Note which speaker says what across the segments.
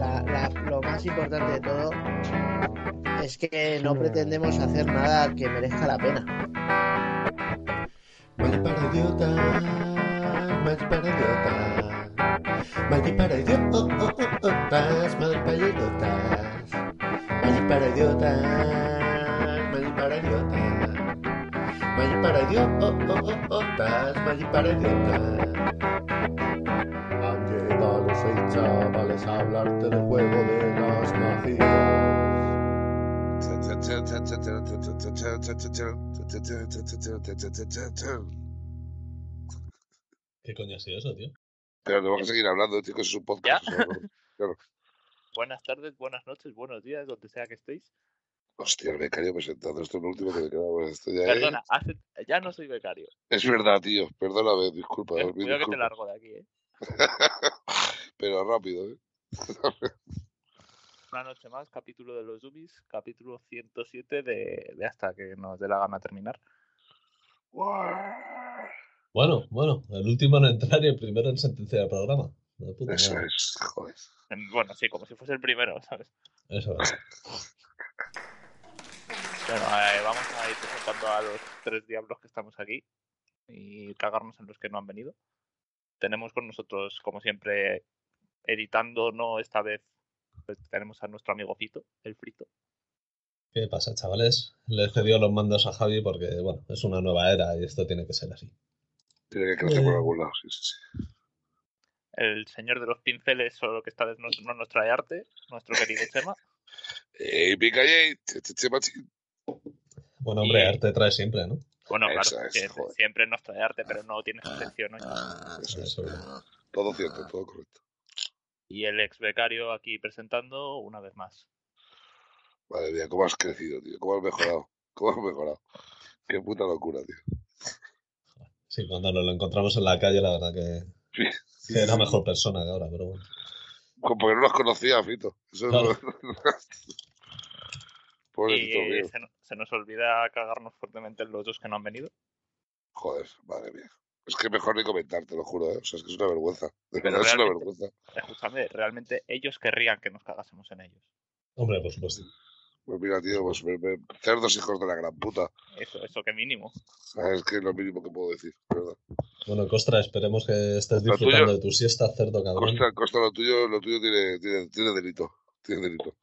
Speaker 1: La- la- lo más importante de todo es que no pretendemos hacer nada que merezca la pena.
Speaker 2: Mal para idiota, mal para idiotas, mal para idiotas, mal para idiotas, mal para idiotas, mal para idiotas, mal para idiotas, mal para idiotas. Han llegado seis chavales a hablarte del juego de las magias.
Speaker 3: Pero
Speaker 4: ¿Qué coño ha sido eso, tío?
Speaker 3: no vamos a seguir hablando, tío, que eso es un podcast.
Speaker 5: Ya.
Speaker 3: o sea, no.
Speaker 5: Buenas tardes, buenas noches, buenos días, donde sea que estéis.
Speaker 3: Hostia, el becario presentando. Esto es lo último que me queda. pues, esto ya es-
Speaker 5: Perdona, hace- ya no soy becario.
Speaker 3: Es verdad, tío. Perdóname, Pues, disculpa.
Speaker 5: Eh,
Speaker 3: mil
Speaker 5: Cuidado que te
Speaker 3: disculpas.
Speaker 5: largo de aquí, ¿eh?
Speaker 3: Pero rápido, ¿eh?
Speaker 5: Una noche más, capítulo de los Zoomies, capítulo 107 de, de hasta que nos dé la gana terminar.
Speaker 4: Bueno, bueno, el último en entrar y el primero en sentenciar el programa. Una puta
Speaker 3: Eso
Speaker 4: mierda.
Speaker 3: es, joder.
Speaker 5: En- Bueno, sí, como si fuese el primero, ¿sabes?
Speaker 4: Eso es.
Speaker 5: Bueno, eh, vamos a ir presentando a los tres diablos que estamos aquí y cagarnos en los que no han venido. Tenemos con nosotros, como siempre, editando, no esta vez, pues, tenemos a nuestro amigo Fito, el frito.
Speaker 4: ¿Qué pasa, chavales? Le he cedido los mandos a Javi porque, bueno, es una nueva era y esto tiene que ser así.
Speaker 3: Tiene que crecer por
Speaker 4: Eh.
Speaker 3: algún lado. Sí, sí, sí.
Speaker 5: el señor de los pinceles, solo que esta vez no, no nos trae arte, nuestro querido Chema.
Speaker 3: ¡Ey, Eh, pica, ey! Che, che, che, machín.
Speaker 4: Bueno, hombre,
Speaker 5: Y-
Speaker 4: arte trae siempre, ¿no?
Speaker 5: Bueno, claro,
Speaker 3: Eso es,
Speaker 5: que
Speaker 3: joder. Ah,
Speaker 5: siempre nos trae arte, pero no tiene su sección hoy.
Speaker 3: Eso es. Ah.
Speaker 4: Eso es.
Speaker 3: Todo cierto, todo correcto.
Speaker 5: Y el ex becario aquí presentando una vez más.
Speaker 3: Madre mía, cómo has crecido, tío. Cómo has mejorado. Cómo has mejorado. Qué puta locura, tío.
Speaker 4: Sí, cuando nos lo encontramos en la calle, la verdad que, que era mejor persona que ahora, pero bueno.
Speaker 3: Como Porque no los conocía, Fito. Eso es
Speaker 4: Claro.
Speaker 3: lo- Pobrecito
Speaker 5: Y
Speaker 3: mío.
Speaker 5: se, no- se nos olvida cagarnos fuertemente en los dos que no han venido.
Speaker 3: Joder, madre mía. Es que mejor ni comentar, te lo juro, ¿eh? O sea, es que es una vergüenza. De
Speaker 5: Pero
Speaker 3: verdad es una
Speaker 5: realmente-
Speaker 3: vergüenza.
Speaker 5: Escúchame, realmente ellos querrían que nos cagásemos en ellos.
Speaker 4: Hombre, por supuesto.
Speaker 3: Pues mira, tío, pues me- me- cerdos hijos de la gran puta.
Speaker 5: Eso, eso que mínimo.
Speaker 3: ¿Sabes? Es que es lo mínimo que puedo decir, ¿verdad?
Speaker 4: Bueno, Costra, esperemos que estés
Speaker 3: Lo tuyo-
Speaker 4: disfrutando de tu siesta, cerdo cabrón.
Speaker 3: Costa, Costa, lo tuyo, lo tuyo tiene, tiene, tiene delito. Tiene delito.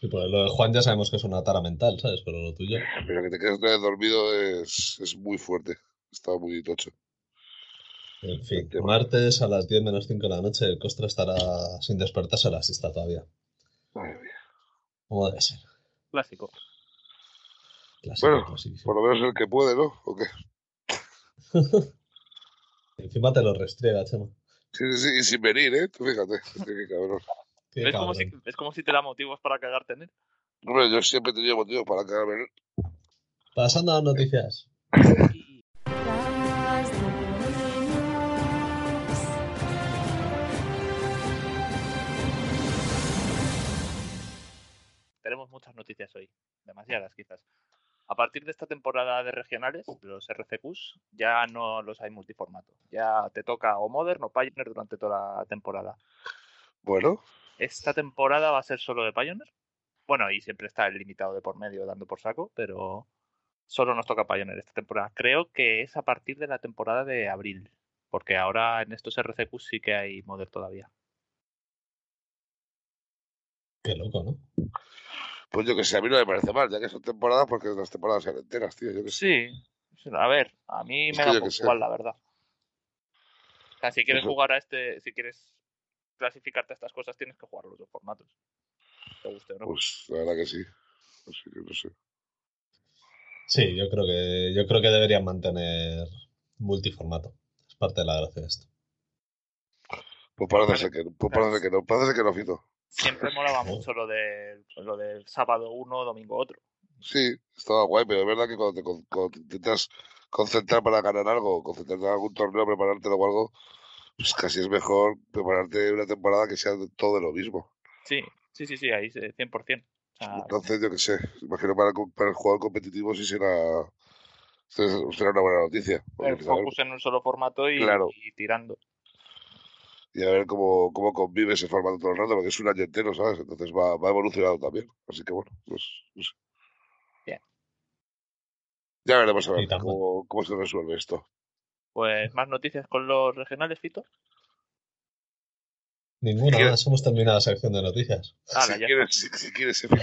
Speaker 4: Sí, pues lo de Juan ya sabemos que es una tara mental, ¿sabes? Pero lo tuyo.
Speaker 3: Pero que te quedes una vez dormido es, es muy fuerte. Está muy tocho.
Speaker 4: En fin,
Speaker 3: Efectivamente.
Speaker 4: martes a las 10 menos 5 de la noche, el Costra estará sin despertarse a la siesta todavía.
Speaker 3: Madre mía.
Speaker 4: ¿Cómo debe ser?
Speaker 5: Clásico.
Speaker 4: Clásico,
Speaker 3: Bueno,
Speaker 4: clasicísimo.
Speaker 3: Por lo menos el que puede, ¿no? ¿O qué?
Speaker 4: Encima te lo restriega, Chema.
Speaker 3: Sí, sí, sí, y sin venir, ¿eh? Tú fíjate. Es que, qué cabrón.
Speaker 4: Qué
Speaker 5: ¿Ves como,
Speaker 4: cabrón.
Speaker 5: si, ves como si te da motivos para cagarte en él?
Speaker 3: Hombre, yo siempre he tenido motivos para cagarme en él.
Speaker 4: Pasando a las noticias.
Speaker 5: Tenemos muchas noticias hoy, demasiadas quizás. A partir de esta temporada de regionales, los RCQs, ya no los hay multiformato. Ya te toca o Modern o Pioneer durante toda la temporada.
Speaker 3: Bueno,
Speaker 5: Esta temporada va a ser solo de Pioneer. Bueno, y siempre está el limitado de por medio dando por saco, pero solo nos toca Pioneer esta temporada. Creo que es a partir de la temporada de abril, porque ahora en estos RCQs sí que hay Modern todavía.
Speaker 4: Qué loco, ¿no?
Speaker 3: pues yo que sé, a mí no me parece mal, ya que son temporadas, porque las temporadas sean enteras, tío. Yo que sé.
Speaker 5: Sí, sí, a ver, a mí
Speaker 3: Es
Speaker 5: me
Speaker 3: que
Speaker 5: da
Speaker 3: yo qué
Speaker 5: un poco
Speaker 3: sé.
Speaker 5: igual, la verdad. O sea, si quieres
Speaker 3: Eso-
Speaker 5: jugar a este, si quieres clasificarte a estas cosas, tienes que jugar los dos formatos. Te guste o no.
Speaker 3: Pues la verdad que sí. Así que no sé.
Speaker 4: Sí, yo creo que, yo creo que deberían mantener multiformato. Es parte de la gracia de esto.
Speaker 3: Pues parece ser que, pues parece que no, parece que no, Fito.
Speaker 5: Siempre molaba mucho lo del lo del sábado uno, domingo otro.
Speaker 3: Sí, estaba guay, pero es verdad que cuando te, con- cuando te intentas concentrar para ganar algo, concentrarte en algún torneo, preparártelo o algo, pues casi es mejor prepararte una temporada que sea de todo de lo mismo.
Speaker 5: Sí, sí, sí, sí, ahí se- 100%. O sea,
Speaker 3: Entonces, yo qué sé, imagino para, el co- para el jugador competitivo sí será, será una buena noticia. porque,
Speaker 5: el
Speaker 3: pues, a ver,
Speaker 5: focus en un solo formato y,
Speaker 3: Claro.
Speaker 5: y tirando.
Speaker 3: y a ver cómo, cómo convive ese formato todo el rato, porque es un año entero, ¿sabes? Entonces va, va evolucionando también. Así que bueno, pues. pues-
Speaker 5: Bien.
Speaker 3: Ya veremos a
Speaker 4: Sí,
Speaker 3: ver
Speaker 4: también.
Speaker 3: cómo, cómo se resuelve esto.
Speaker 5: Pues más noticias con los regionales, Fito.
Speaker 4: Ninguna
Speaker 3: ¿Qué?
Speaker 4: más, hemos terminado la sección de noticias.
Speaker 5: Hala,
Speaker 3: si,
Speaker 5: ya
Speaker 3: quieres, si, si quieres, Efi,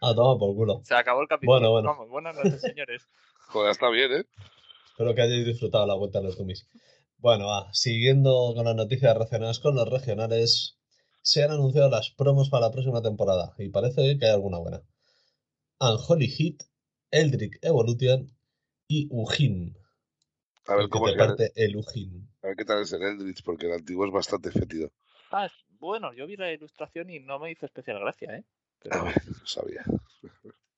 Speaker 4: Ah, toma por culo.
Speaker 5: se acabó el capítulo.
Speaker 4: Bueno, bueno.
Speaker 5: Vamos, buenas noches, señores.
Speaker 3: joder, está bien, ¿eh?
Speaker 4: Espero que hayáis disfrutado la vuelta a los dummies. Bueno, va, siguiendo con las noticias relacionadas con los regionales, se han anunciado las promos para la próxima temporada y parece que hay alguna buena. Unholy Hit, Eldrick Evolution y Ujin.
Speaker 3: A ver
Speaker 4: el que
Speaker 3: cómo
Speaker 4: te
Speaker 3: es que-
Speaker 4: parte el Ujin.
Speaker 3: a ver qué tal es el Eldritch, porque el antiguo es bastante fétido.
Speaker 5: Ah, es- bueno, yo vi la ilustración y no me hizo especial gracia, ¿eh?
Speaker 3: A
Speaker 5: Pero
Speaker 3: ver, no sabía.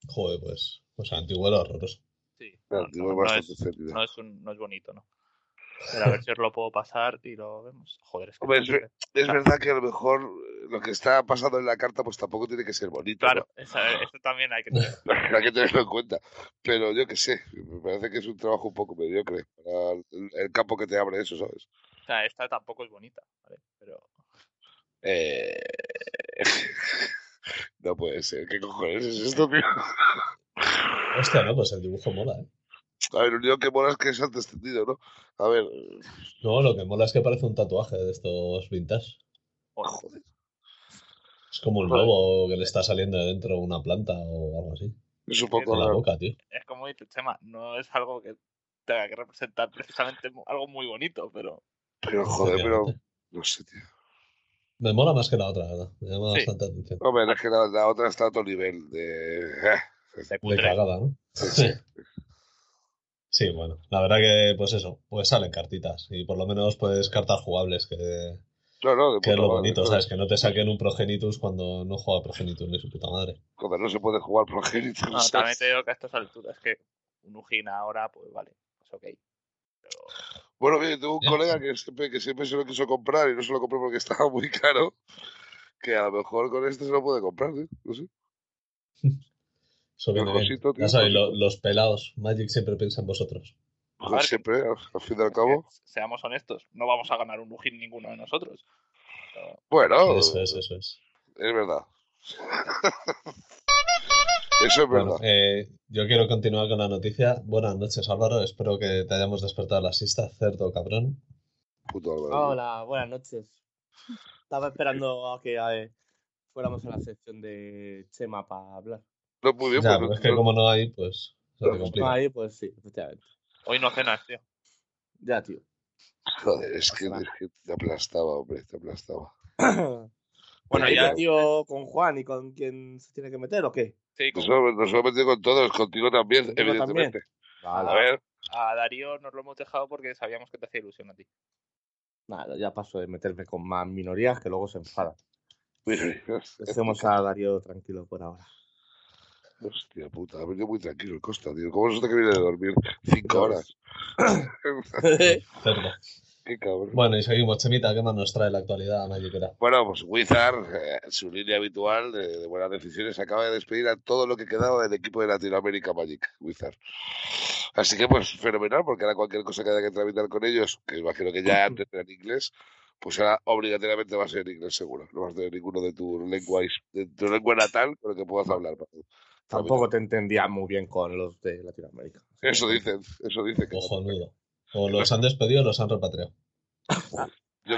Speaker 4: Joder, pues, pues antiguo horroroso.
Speaker 5: sí,
Speaker 3: El
Speaker 5: no,
Speaker 3: antiguo
Speaker 5: no- no
Speaker 3: es bastante
Speaker 5: es,
Speaker 3: fétido.
Speaker 5: no es un- no es bonito, ¿no? Pero a ver si os lo puedo pasar y lo vemos. Joder, es que...
Speaker 3: Hombre, Es verdad que a lo mejor lo que está pasando en la carta, pues tampoco tiene que ser bonito. ¿no?
Speaker 5: Claro, esa- eso también hay que tener.
Speaker 3: Hay que tenerlo en cuenta. Pero yo qué sé, me parece que es un trabajo un poco mediocre para el, el campo que te abre eso, ¿sabes?
Speaker 5: O sea, esta tampoco es bonita, ¿vale? Pero
Speaker 3: Eh, No puede ser, ¿qué cojones es esto, tío?
Speaker 4: Hostia, no, pues el dibujo mola, ¿eh?
Speaker 3: A ver, lo único que mola es que es antes tendido, ¿no? A ver,
Speaker 4: No, lo que mola es que parece un tatuaje de estos vintage.
Speaker 5: joder,
Speaker 3: joder.
Speaker 4: Es como un
Speaker 3: Joder.
Speaker 4: lobo que le está saliendo de dentro de una planta o algo así.
Speaker 3: Es un poco
Speaker 4: Con la
Speaker 3: raro.
Speaker 4: boca, tío.
Speaker 5: es como dice Chema, no es algo que tenga que representar precisamente mu- algo muy bonito, pero
Speaker 3: Pero joder, pero
Speaker 4: Efectivamente.
Speaker 3: no sé, tío.
Speaker 4: Me mola más que la otra, la verdad. Me llama
Speaker 5: Sí.
Speaker 4: bastante la atención.
Speaker 3: Hombre, es que la, la otra está a otro nivel de. eh,
Speaker 5: de
Speaker 4: De
Speaker 5: cutre.
Speaker 4: cagada, ¿no?
Speaker 3: Sí,
Speaker 4: Sí, bueno. La verdad que, pues eso, pues salen cartitas. Y por lo menos puedes cartas jugables, que,
Speaker 3: No, no, de
Speaker 4: que
Speaker 3: puta
Speaker 4: es lo
Speaker 3: madre,
Speaker 4: bonito,
Speaker 3: joder.
Speaker 4: ¿sabes? Que no te saquen un progenitus cuando no juega progenitus ni su puta madre.
Speaker 3: Cuando no se puede jugar progenitor.
Speaker 5: No, también te digo que a estas alturas que un Ujin ahora, pues vale, pues ok.
Speaker 3: Bueno, mire, tengo un
Speaker 4: Ya.
Speaker 3: colega que siempre, que siempre se lo quiso comprar y no se lo compró porque estaba muy caro. Que a lo mejor con este se lo puede comprar, ¿eh? No sé.
Speaker 4: Eso viene
Speaker 3: Un
Speaker 4: bien.
Speaker 3: cosito, tío,
Speaker 4: Ya
Speaker 3: un
Speaker 4: sabéis, lo- los pelados. Magic siempre piensa en vosotros.
Speaker 5: A ver,
Speaker 3: siempre, al, al fin y al
Speaker 5: es que,
Speaker 3: cabo.
Speaker 5: seamos honestos, no vamos a ganar un Ujin ninguno de nosotros.
Speaker 3: Bueno,
Speaker 4: Eso es, eso es.
Speaker 3: Oh. es verdad. Eso es
Speaker 4: Bueno,
Speaker 3: verdad.
Speaker 4: eh, yo quiero continuar con la noticia. Buenas noches, Álvaro. Espero que te hayamos despertado a la siesta, cerdo cabrón.
Speaker 3: Puto Álvaro.
Speaker 6: Hola, buenas noches. Estaba esperando a que eh, fuéramos a la sección de Chema para hablar.
Speaker 3: No, muy bien,
Speaker 4: Ya,
Speaker 3: pues,
Speaker 4: pero es que
Speaker 3: no-
Speaker 4: como no hay, pues se te
Speaker 3: No,
Speaker 4: complica.
Speaker 6: Ahí, pues sí, efectivamente.
Speaker 5: Hoy no cenas, tío.
Speaker 6: Ya, tío.
Speaker 3: joder, es que, es que te aplastaba, hombre, te aplastaba.
Speaker 5: Bueno,
Speaker 3: Sí,
Speaker 5: ya,
Speaker 3: ya.
Speaker 6: tío con Juan y con quien se tiene que meter o qué?
Speaker 5: sí,
Speaker 3: Nos
Speaker 5: como
Speaker 3: hemos, nos hemos metido con todos, contigo también,
Speaker 6: Contigo
Speaker 3: evidentemente.
Speaker 6: Vale.
Speaker 3: A ver,
Speaker 5: a Darío nos lo hemos dejado porque sabíamos que te hacía ilusión a ti.
Speaker 6: Nada, ya paso de meterme con más minorías que luego se enfadan.
Speaker 3: mira,
Speaker 6: Dejemos a Darío tranquilo por ahora.
Speaker 3: Hostia puta, ha venido muy tranquilo el Costa, tío. ¿Cómo es esto que viene de dormir? Cinco
Speaker 6: Ya
Speaker 3: horas.
Speaker 4: Cerdo.
Speaker 3: Qué cabrón.
Speaker 4: Bueno, y seguimos, Chemita, ¿qué más nos trae la actualidad magicera?
Speaker 3: Bueno, pues Wizard, eh, en su línea habitual de, de buenas decisiones, acaba de despedir a todo lo que quedaba del equipo de Latinoamérica Magic, Wizard. Así que, pues, fenomenal, porque ahora cualquier cosa que haya que tramitar con ellos, que imagino que ya antes era en inglés, pues ahora obligatoriamente va a ser en inglés seguro. No vas a tener ninguno de tu lengua, is- de tu lengua natal con el que puedas hablar. para
Speaker 6: Tampoco te entendía muy bien con los de Latinoamérica.
Speaker 3: tramitar. Eso dicen, eso dicen. que-
Speaker 4: Cojonudo. O los han despedido o los han repatriado.
Speaker 3: Yo
Speaker 5: Ahí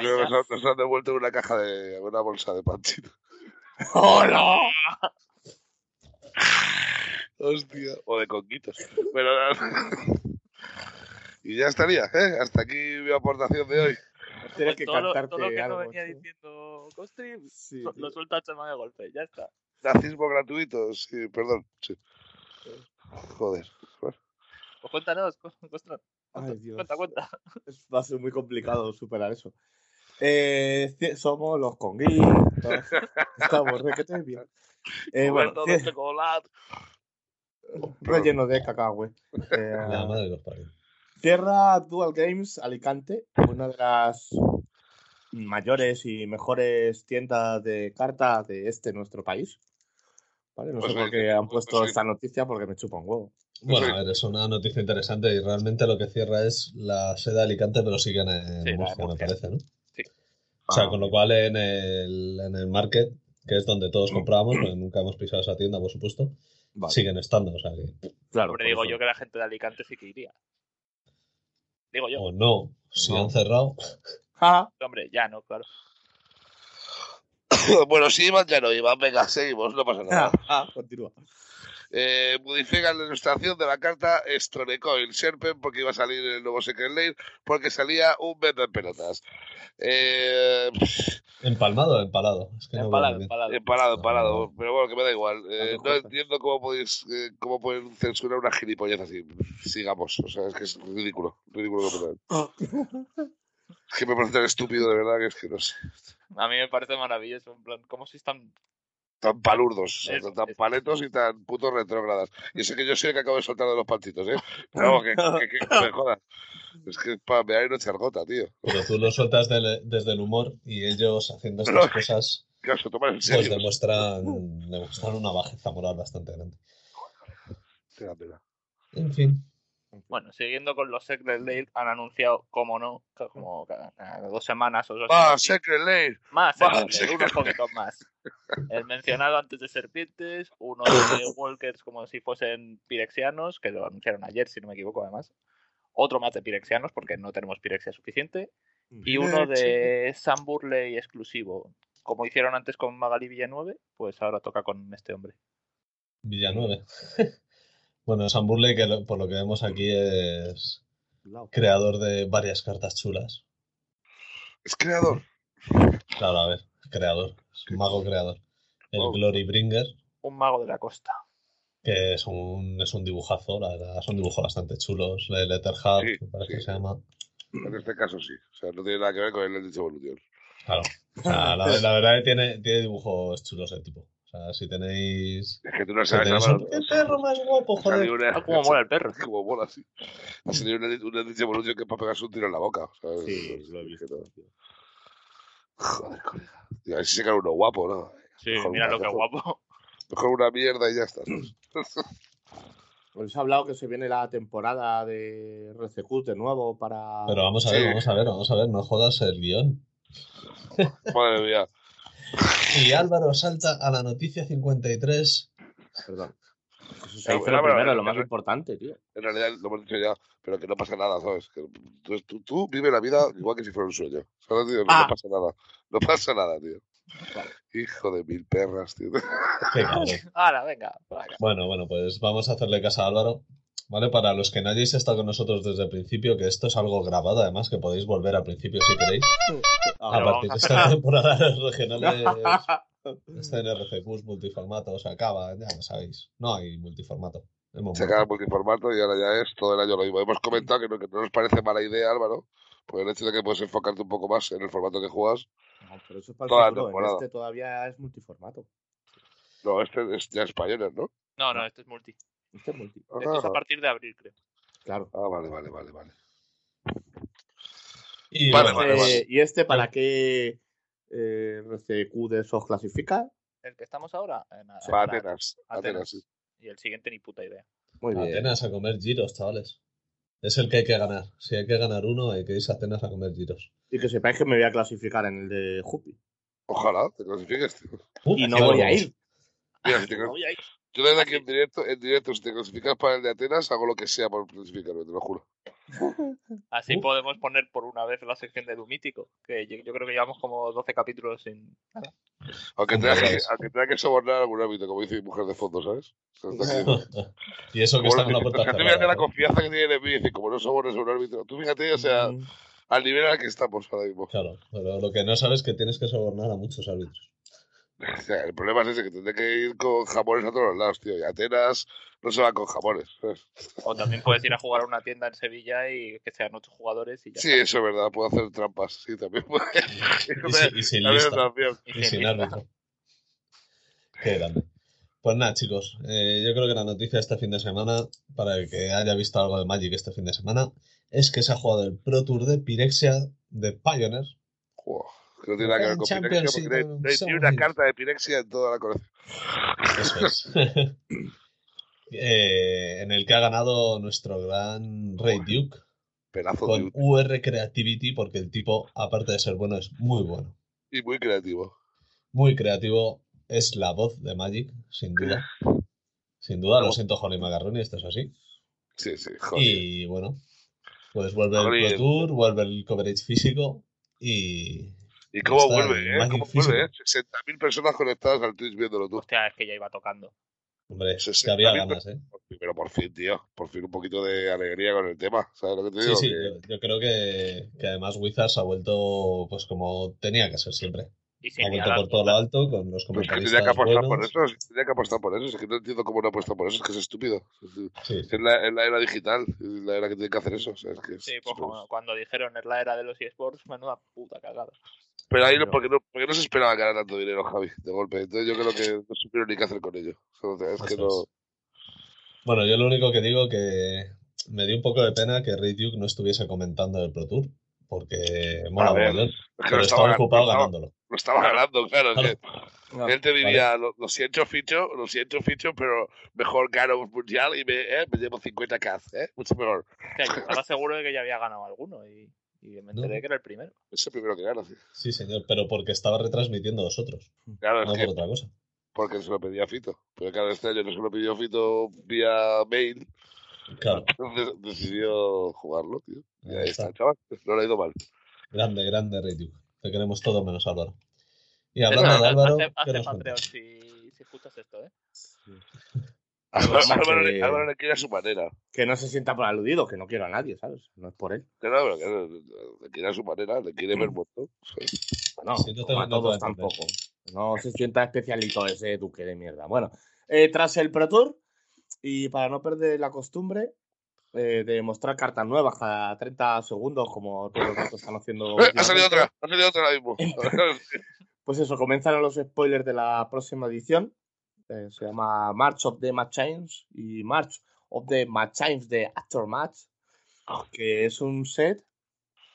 Speaker 3: creo que
Speaker 5: ya.
Speaker 3: nos han, nos han devuelto una caja de una bolsa de panchito.
Speaker 6: ¡Hola!
Speaker 3: Hostia. O de conguitos. Pero nada. Y ya estaría, ¿eh? Hasta aquí mi aportación de hoy.
Speaker 6: Tienes que
Speaker 5: Pues todo, lo- todo
Speaker 6: cantarte
Speaker 5: lo que
Speaker 6: algo.
Speaker 5: no venía
Speaker 6: tío.
Speaker 5: diciendo Costri,
Speaker 6: Sí,
Speaker 5: lo-
Speaker 6: tío.
Speaker 5: lo suelta Chema de golpe, ya está.
Speaker 3: Nazismo gratuito, sí, perdón. sí. Joder.
Speaker 5: Pues cuéntanos, Costri,
Speaker 6: Ay, Dios.
Speaker 5: cuenta, cuenta.
Speaker 6: Es- Va a ser muy complicado superar eso. Eh, ci- somos los conguis. Estamos requete bien. Eh, bueno,
Speaker 5: Cubierto de
Speaker 6: cien-
Speaker 5: chocolate.
Speaker 6: relleno de cacahue. Eh,
Speaker 5: Ah.
Speaker 4: La madre que los parió.
Speaker 6: Cierra Dual Games Alicante, una de las mayores y mejores tiendas de cartas de este nuestro país. Vale, no
Speaker 3: Pues
Speaker 6: sé por
Speaker 3: sí,
Speaker 6: qué han puesto
Speaker 3: pues sí.
Speaker 6: esta noticia porque me chupa un huevo.
Speaker 4: Bueno, a ver, es una noticia interesante y realmente lo que cierra es la sede de Alicante, pero siguen en
Speaker 5: Sí, la de
Speaker 4: Murcia, me
Speaker 5: Murcia.
Speaker 4: parece, ¿no?
Speaker 5: Sí. Ah.
Speaker 4: O sea, con lo cual en el, en el market, que es donde
Speaker 5: Mm.
Speaker 4: todos comprábamos, porque nunca hemos pisado esa tienda, por supuesto,
Speaker 6: Vale,
Speaker 4: siguen estando, o sea que.
Speaker 6: claro.
Speaker 5: Hombre,
Speaker 6: por
Speaker 5: digo
Speaker 6: eso.
Speaker 5: yo que la gente de Alicante sí que iría. Digo yo.
Speaker 4: O no, si
Speaker 6: No.
Speaker 4: han cerrado.
Speaker 6: Ja,
Speaker 5: Hombre, ya no, claro.
Speaker 3: bueno, sí, Iván ya no, Iván, venga, seguimos, no pasa
Speaker 6: ja,
Speaker 3: nada.
Speaker 6: ja, continúa.
Speaker 3: Eh, modifican la ilustración de la carta Stronecoil Serpent porque iba a salir en el nuevo Secret Lane porque salía un metro en pelotas. Eh,
Speaker 4: Empalmado o empalado. Es que no veo
Speaker 5: Empalado,
Speaker 4: muy bien.
Speaker 5: empalado.
Speaker 3: Empalado,
Speaker 4: No,
Speaker 3: empalado.
Speaker 4: no.
Speaker 3: Eh, Pero bueno, que me da igual. Eh,
Speaker 6: Tanto
Speaker 3: no
Speaker 6: cortas.
Speaker 3: entiendo cómo podéis, eh, cómo pueden censurar una gilipollez así. Sigamos. O sea, es que es ridículo. Ridículo completamente. Es que me parece tan estúpido, de verdad, que es que no sé.
Speaker 5: pues, A mí me parece maravilloso. En plan, ¿cómo si están
Speaker 3: Tan palurdos, o sea,
Speaker 5: Es-
Speaker 3: tan
Speaker 5: es-
Speaker 3: paletos y tan putos retrógradas. Y eso que yo soy el que acabo de soltar de los patitos, ¿eh? Pero vamos, que, que, que, que me jodas. Es que es para me no chargota, tío.
Speaker 4: Pero tú lo sueltas del- desde el humor y ellos haciendo estas
Speaker 3: No.
Speaker 4: cosas
Speaker 3: Que os lo toman en
Speaker 4: pues
Speaker 3: serio.
Speaker 4: demuestran, demuestran una bajeza moral bastante grande.
Speaker 3: Te da pena.
Speaker 4: En fin.
Speaker 5: Bueno, siguiendo con los Secret Lair, han anunciado, como no, que como cada, cada dos semanas o dos
Speaker 3: Ah,
Speaker 5: semanas,
Speaker 3: Secret Lane.
Speaker 5: más
Speaker 3: va,
Speaker 5: Secret Lair,
Speaker 3: Secret
Speaker 5: unos poquitos más. El mencionado antes de serpientes, uno de Walkers como si fuesen pirexianos, que lo anunciaron ayer, si no me equivoco, además. Otro más de pirexianos, porque no tenemos pirexia suficiente. Y uno de Sam Burley exclusivo. Como hicieron antes con Magali Villanueve, pues ahora toca con este hombre.
Speaker 4: Villanueva. bueno, Sam Burley, que lo- por lo que vemos aquí es
Speaker 6: Lao.
Speaker 4: creador de varias cartas chulas.
Speaker 3: Es creador.
Speaker 4: Claro, a ver, creador, es un mago creador. El
Speaker 3: Oh.
Speaker 4: Glory Bringer,
Speaker 5: Un mago de la costa.
Speaker 4: que es un, es un dibujazo, la verdad, es un dibujo bastante chulo. Es el Letterhead,
Speaker 3: Sí,
Speaker 4: me parece
Speaker 3: sí.
Speaker 4: que se llama.
Speaker 3: En este caso sí. O sea, no tiene nada que ver con el Elite Evolution.
Speaker 4: Claro. O sea, la, la verdad que tiene, tiene dibujos chulos el tipo. O sea, si tenéis.
Speaker 3: Es que tú no
Speaker 4: si
Speaker 3: sabes,
Speaker 4: tenéis
Speaker 3: hermano.
Speaker 4: un- ¡Qué perro más guapo,
Speaker 3: Ha salido
Speaker 4: joder!
Speaker 3: una-
Speaker 5: Ah, como mola el perro.
Speaker 3: Como mola, sí. Ha salido una, una Elite Evolution que es para pegarse un tiro en la boca. ¿sabes? Pues,
Speaker 6: Sí, lo he visto. tío.
Speaker 3: Joder, colega. Y a ver si sacan uno guapo, ¿no?
Speaker 5: Sí,
Speaker 3: Mejor
Speaker 5: mira
Speaker 3: un
Speaker 5: lo que
Speaker 3: mago.
Speaker 5: guapo.
Speaker 3: Mejor una mierda y ya está. ¿sabes?
Speaker 6: Os he Pues hablado que se viene la temporada de RCQ de nuevo para.
Speaker 4: Pero vamos a ver,
Speaker 3: Sí.
Speaker 4: vamos a ver, vamos a ver, no jodas el guión.
Speaker 3: Madre mía.
Speaker 4: Y Álvaro salta a la noticia 53.
Speaker 6: Perdón. Pues Eso
Speaker 3: Ah,
Speaker 6: se hizo
Speaker 3: bueno,
Speaker 6: lo
Speaker 3: pero-
Speaker 6: primero, lo más importante, tío.
Speaker 3: En realidad lo hemos dicho ya, pero que no pasa nada, ¿sabes? Que tú, tú, tú vive la vida igual que si fuera un sueño. ¿Sabes, tío? No,
Speaker 6: Ah.
Speaker 3: pasa nada. No pasa nada, tío. Hijo de mil perras, tío.
Speaker 4: Qué cabrón.
Speaker 5: Ahora, venga. para acá.
Speaker 4: Bueno, bueno, pues vamos a hacerle caso a Álvaro. Vale, para los que no hayáis estado con nosotros desde el principio, que esto es algo grabado, además, que podéis volver al principio si queréis.
Speaker 6: Ah,
Speaker 4: A partir
Speaker 5: Pero
Speaker 4: de
Speaker 5: vamos
Speaker 4: esta temporada, los regionales están en RCQs, multiformato, se acaba, ya lo sabéis. No hay multiformato. Hemos
Speaker 3: Se
Speaker 4: muerto.
Speaker 3: acaba el multiformato y ahora ya es todo el año lo mismo. Hemos comentado que no, que no nos parece mala idea, Álvaro, porque el hecho de que puedes enfocarte un poco más en el formato que juegas.
Speaker 6: No, pero eso es para el
Speaker 3: Toda la
Speaker 6: futuro. En
Speaker 3: temporada.
Speaker 6: este todavía es multiformato.
Speaker 3: No, este es ya español, ¿no?
Speaker 5: No, no, este es multi.
Speaker 6: Este es multi.
Speaker 5: Esto es a
Speaker 3: Ah,
Speaker 5: partir de abril, creo.
Speaker 6: Claro.
Speaker 3: ah, vale, vale, vale, vale.
Speaker 4: Y
Speaker 3: Vale,
Speaker 4: bueno,
Speaker 3: vale,
Speaker 6: Eh,
Speaker 3: vale.
Speaker 6: ¿Y este para qué eh, RCQ de esos clasifica?
Speaker 5: El que estamos ahora, eh, nada,
Speaker 3: Va,
Speaker 5: para
Speaker 3: Atenas. Atenas, Ah, sí.
Speaker 5: Y el siguiente ni puta idea.
Speaker 6: Muy bien.
Speaker 4: pues, Atenas a comer giros, chavales. Es el que hay que ganar. Si hay que ganar uno, hay que irse a Atenas a comer giros.
Speaker 6: Y que sepáis que me voy a clasificar en el de Jupi.
Speaker 3: Ojalá te clasifiques, tío.
Speaker 4: Uh,
Speaker 6: Y no
Speaker 4: aquí
Speaker 6: voy a
Speaker 4: vamos.
Speaker 6: ir.
Speaker 3: Mira, si te clas-
Speaker 5: Oye, ahí.
Speaker 3: yo desde aquí en directo, en directo, si te clasificas para el de Atenas, hago lo que sea por clasificarme, te lo juro.
Speaker 5: Así
Speaker 4: Uh.
Speaker 5: podemos poner por una vez la sección de Dumítico, que yo, yo creo que llevamos como 12 capítulos sin... nada.
Speaker 3: Aunque
Speaker 4: Hombre,
Speaker 3: tenga, que,
Speaker 4: ¿sabes?
Speaker 3: aunque tenga que sobornar a algún ámbito, como dice mi mujer de fondo, ¿sabes? O sea, está aquí-
Speaker 4: y eso que
Speaker 3: Bueno,
Speaker 4: está con la puerta
Speaker 3: fíjate, fíjate
Speaker 4: cerrada.
Speaker 3: la confianza que tiene en mí, dice, como no sobornes a un árbitro. Tú fíjate, o sea,
Speaker 6: Mm,
Speaker 3: al nivel al que estamos ahora mismo.
Speaker 4: Claro, pero lo que no sabes es que tienes que sobornar a muchos árbitros.
Speaker 3: O sea, el problema es ese, que tendré que ir con jamones a todos los lados, tío. Y Atenas no se va con jamones.
Speaker 5: O también puedes ir a jugar a una tienda en Sevilla y que sean ocho jugadores y ya.
Speaker 3: Sí,
Speaker 5: está.
Speaker 3: eso es verdad, puedo hacer trampas. Sí, también puedo.
Speaker 4: Y sin- y sin
Speaker 3: También es
Speaker 4: lista.
Speaker 3: una opción.
Speaker 5: Y
Speaker 4: Y
Speaker 5: sin
Speaker 4: sin
Speaker 5: lista.
Speaker 4: árbitro. Qué grande. Pues nada, chicos, eh, yo creo que la noticia este fin de semana, para el que haya visto algo de Magic este fin de semana, es que se ha jugado el Pro Tour de Pirexia de Pioneer.
Speaker 3: Joder, que no tiene nada que ver con
Speaker 4: Grand
Speaker 3: Pirexia, porque
Speaker 4: Championship,
Speaker 3: no hay-
Speaker 4: no
Speaker 3: no hay ni
Speaker 4: somos
Speaker 3: una
Speaker 4: ni-
Speaker 3: carta de Pirexia en toda la colección.
Speaker 4: Eso es. Eh, en el que ha ganado nuestro gran Rey Duke
Speaker 3: Pedazo de
Speaker 4: con
Speaker 3: un-
Speaker 4: UR Creativity, porque el tipo, aparte de ser bueno, es muy bueno.
Speaker 3: y muy creativo.
Speaker 4: Muy creativo. Es la voz de Magic, sin duda. Sin duda, lo siento, Holly Macaroni, esto es así.
Speaker 3: Sí, sí, joder.
Speaker 4: Y bueno, pues vuelve
Speaker 3: Joder.
Speaker 4: el Pro Tour, vuelve el coverage físico y.
Speaker 3: ¿Y cómo
Speaker 4: está,
Speaker 3: vuelve, eh?
Speaker 4: Magic
Speaker 3: ¿Cómo
Speaker 4: Físico.
Speaker 3: vuelve, eh? 60.000 personas conectadas al Twitch viéndolo tú.
Speaker 5: Hostia, es que ya iba tocando.
Speaker 4: Hombre,
Speaker 3: Sí, sí,
Speaker 4: que había
Speaker 3: también-
Speaker 4: ganas, ¿eh?
Speaker 3: Pero por fin, tío. Por fin un poquito de alegría con el tema. ¿Sabes lo que te
Speaker 4: Sí,
Speaker 3: digo?
Speaker 4: sí,
Speaker 3: Que-
Speaker 4: yo, yo creo que, que además Wizards ha vuelto pues como tenía que ser siempre.
Speaker 5: Y sin
Speaker 4: Ha vuelto
Speaker 5: liadas.
Speaker 4: por todo lo alto con los
Speaker 3: Pues que tenía
Speaker 4: comentaristas
Speaker 3: que apostar por
Speaker 4: buenos.
Speaker 3: eso, es que tenía que apostar por eso, es que no entiendo cómo no apuesta por eso, es que es estúpido. Es, es-
Speaker 4: Sí,
Speaker 3: es la, es la era digital, es la era que tiene que hacer eso. o sea, es que es-
Speaker 5: Sí, pues
Speaker 3: es-
Speaker 5: como cuando dijeron es la era de los eSports, menuda puta cagada.
Speaker 3: Pero ahí no,
Speaker 4: Pero-
Speaker 3: porque no, porque no se esperaba ganar tanto dinero, Javi, de golpe. Entonces yo creo que no supieron ni qué hacer con ello. O sea, es que
Speaker 4: eso
Speaker 3: no...
Speaker 4: es. Bueno, yo lo único que digo que me dio un poco de pena que Ray Duke no estuviese comentando el Pro Tour, porque mola
Speaker 3: A ver,
Speaker 4: mogollón,
Speaker 3: es que
Speaker 4: pero
Speaker 3: no
Speaker 4: estaba
Speaker 3: estaba,
Speaker 4: ocupado
Speaker 3: no estaba-
Speaker 4: ganándolo.
Speaker 3: no estaba ganando, claro.
Speaker 4: Claro.
Speaker 3: es que él te diría, lo, lo siento, Ficho, lo siento, Ficho, pero mejor gano un mundial y me, eh, me llevo 50k, ¿eh? Mucho mejor.
Speaker 5: Hostia, yo estaba seguro de que ya había ganado alguno y, y me enteré
Speaker 4: No.
Speaker 5: que era el primero.
Speaker 3: Es el primero que gana, sí.
Speaker 4: Sí, señor, pero porque estaba retransmitiendo los otros,
Speaker 3: Claro,
Speaker 4: no
Speaker 3: es
Speaker 4: por
Speaker 3: que
Speaker 4: otra cosa.
Speaker 3: porque se lo pedía Fito. Pero claro, este año no se lo pidió Fito vía mail,
Speaker 4: Claro,
Speaker 3: entonces decidió jugarlo, tío. Y
Speaker 4: Ahí
Speaker 3: ahí está,
Speaker 4: está.
Speaker 3: chaval. No le ha ido mal.
Speaker 4: grande, grande Ray Duke. Te queremos todo menos Álvaro. Y
Speaker 5: Pero
Speaker 4: hablando de
Speaker 5: hace-
Speaker 4: Álvaro,
Speaker 5: hace,
Speaker 4: ¿qué
Speaker 5: hace
Speaker 4: nos
Speaker 5: Patreon
Speaker 4: cuentas?
Speaker 5: si, si escuchas esto, ¿eh?
Speaker 3: Álvaro,
Speaker 6: más
Speaker 3: Álvaro
Speaker 6: que-
Speaker 3: le- Álvaro le quiere a su manera.
Speaker 6: Que no se sienta por aludido, que no quiero a nadie, ¿sabes? No es por él.
Speaker 3: Claro, pero que le quiere a su manera, le quiere ver muerto.
Speaker 6: Bueno,
Speaker 4: Sí, no te-
Speaker 6: como a
Speaker 4: no te
Speaker 6: todos
Speaker 4: voy a entender.
Speaker 6: tampoco. No se sienta especialito ese duque de mierda. Bueno, eh, tras el Pro Tour, y para no perder la costumbre eh, de mostrar cartas nuevas cada 30 segundos, como todos los datos están
Speaker 3: ¡Eh,
Speaker 6: haciendo.
Speaker 3: ha salido
Speaker 6: últimamente,
Speaker 3: otra, ha salido otra ahora mismo.
Speaker 6: Pues eso, comenzaron los spoilers de la próxima edición. Eh, se llama March of the Machines y March of the Machines de Aftermath,
Speaker 3: Ah.
Speaker 6: que es un set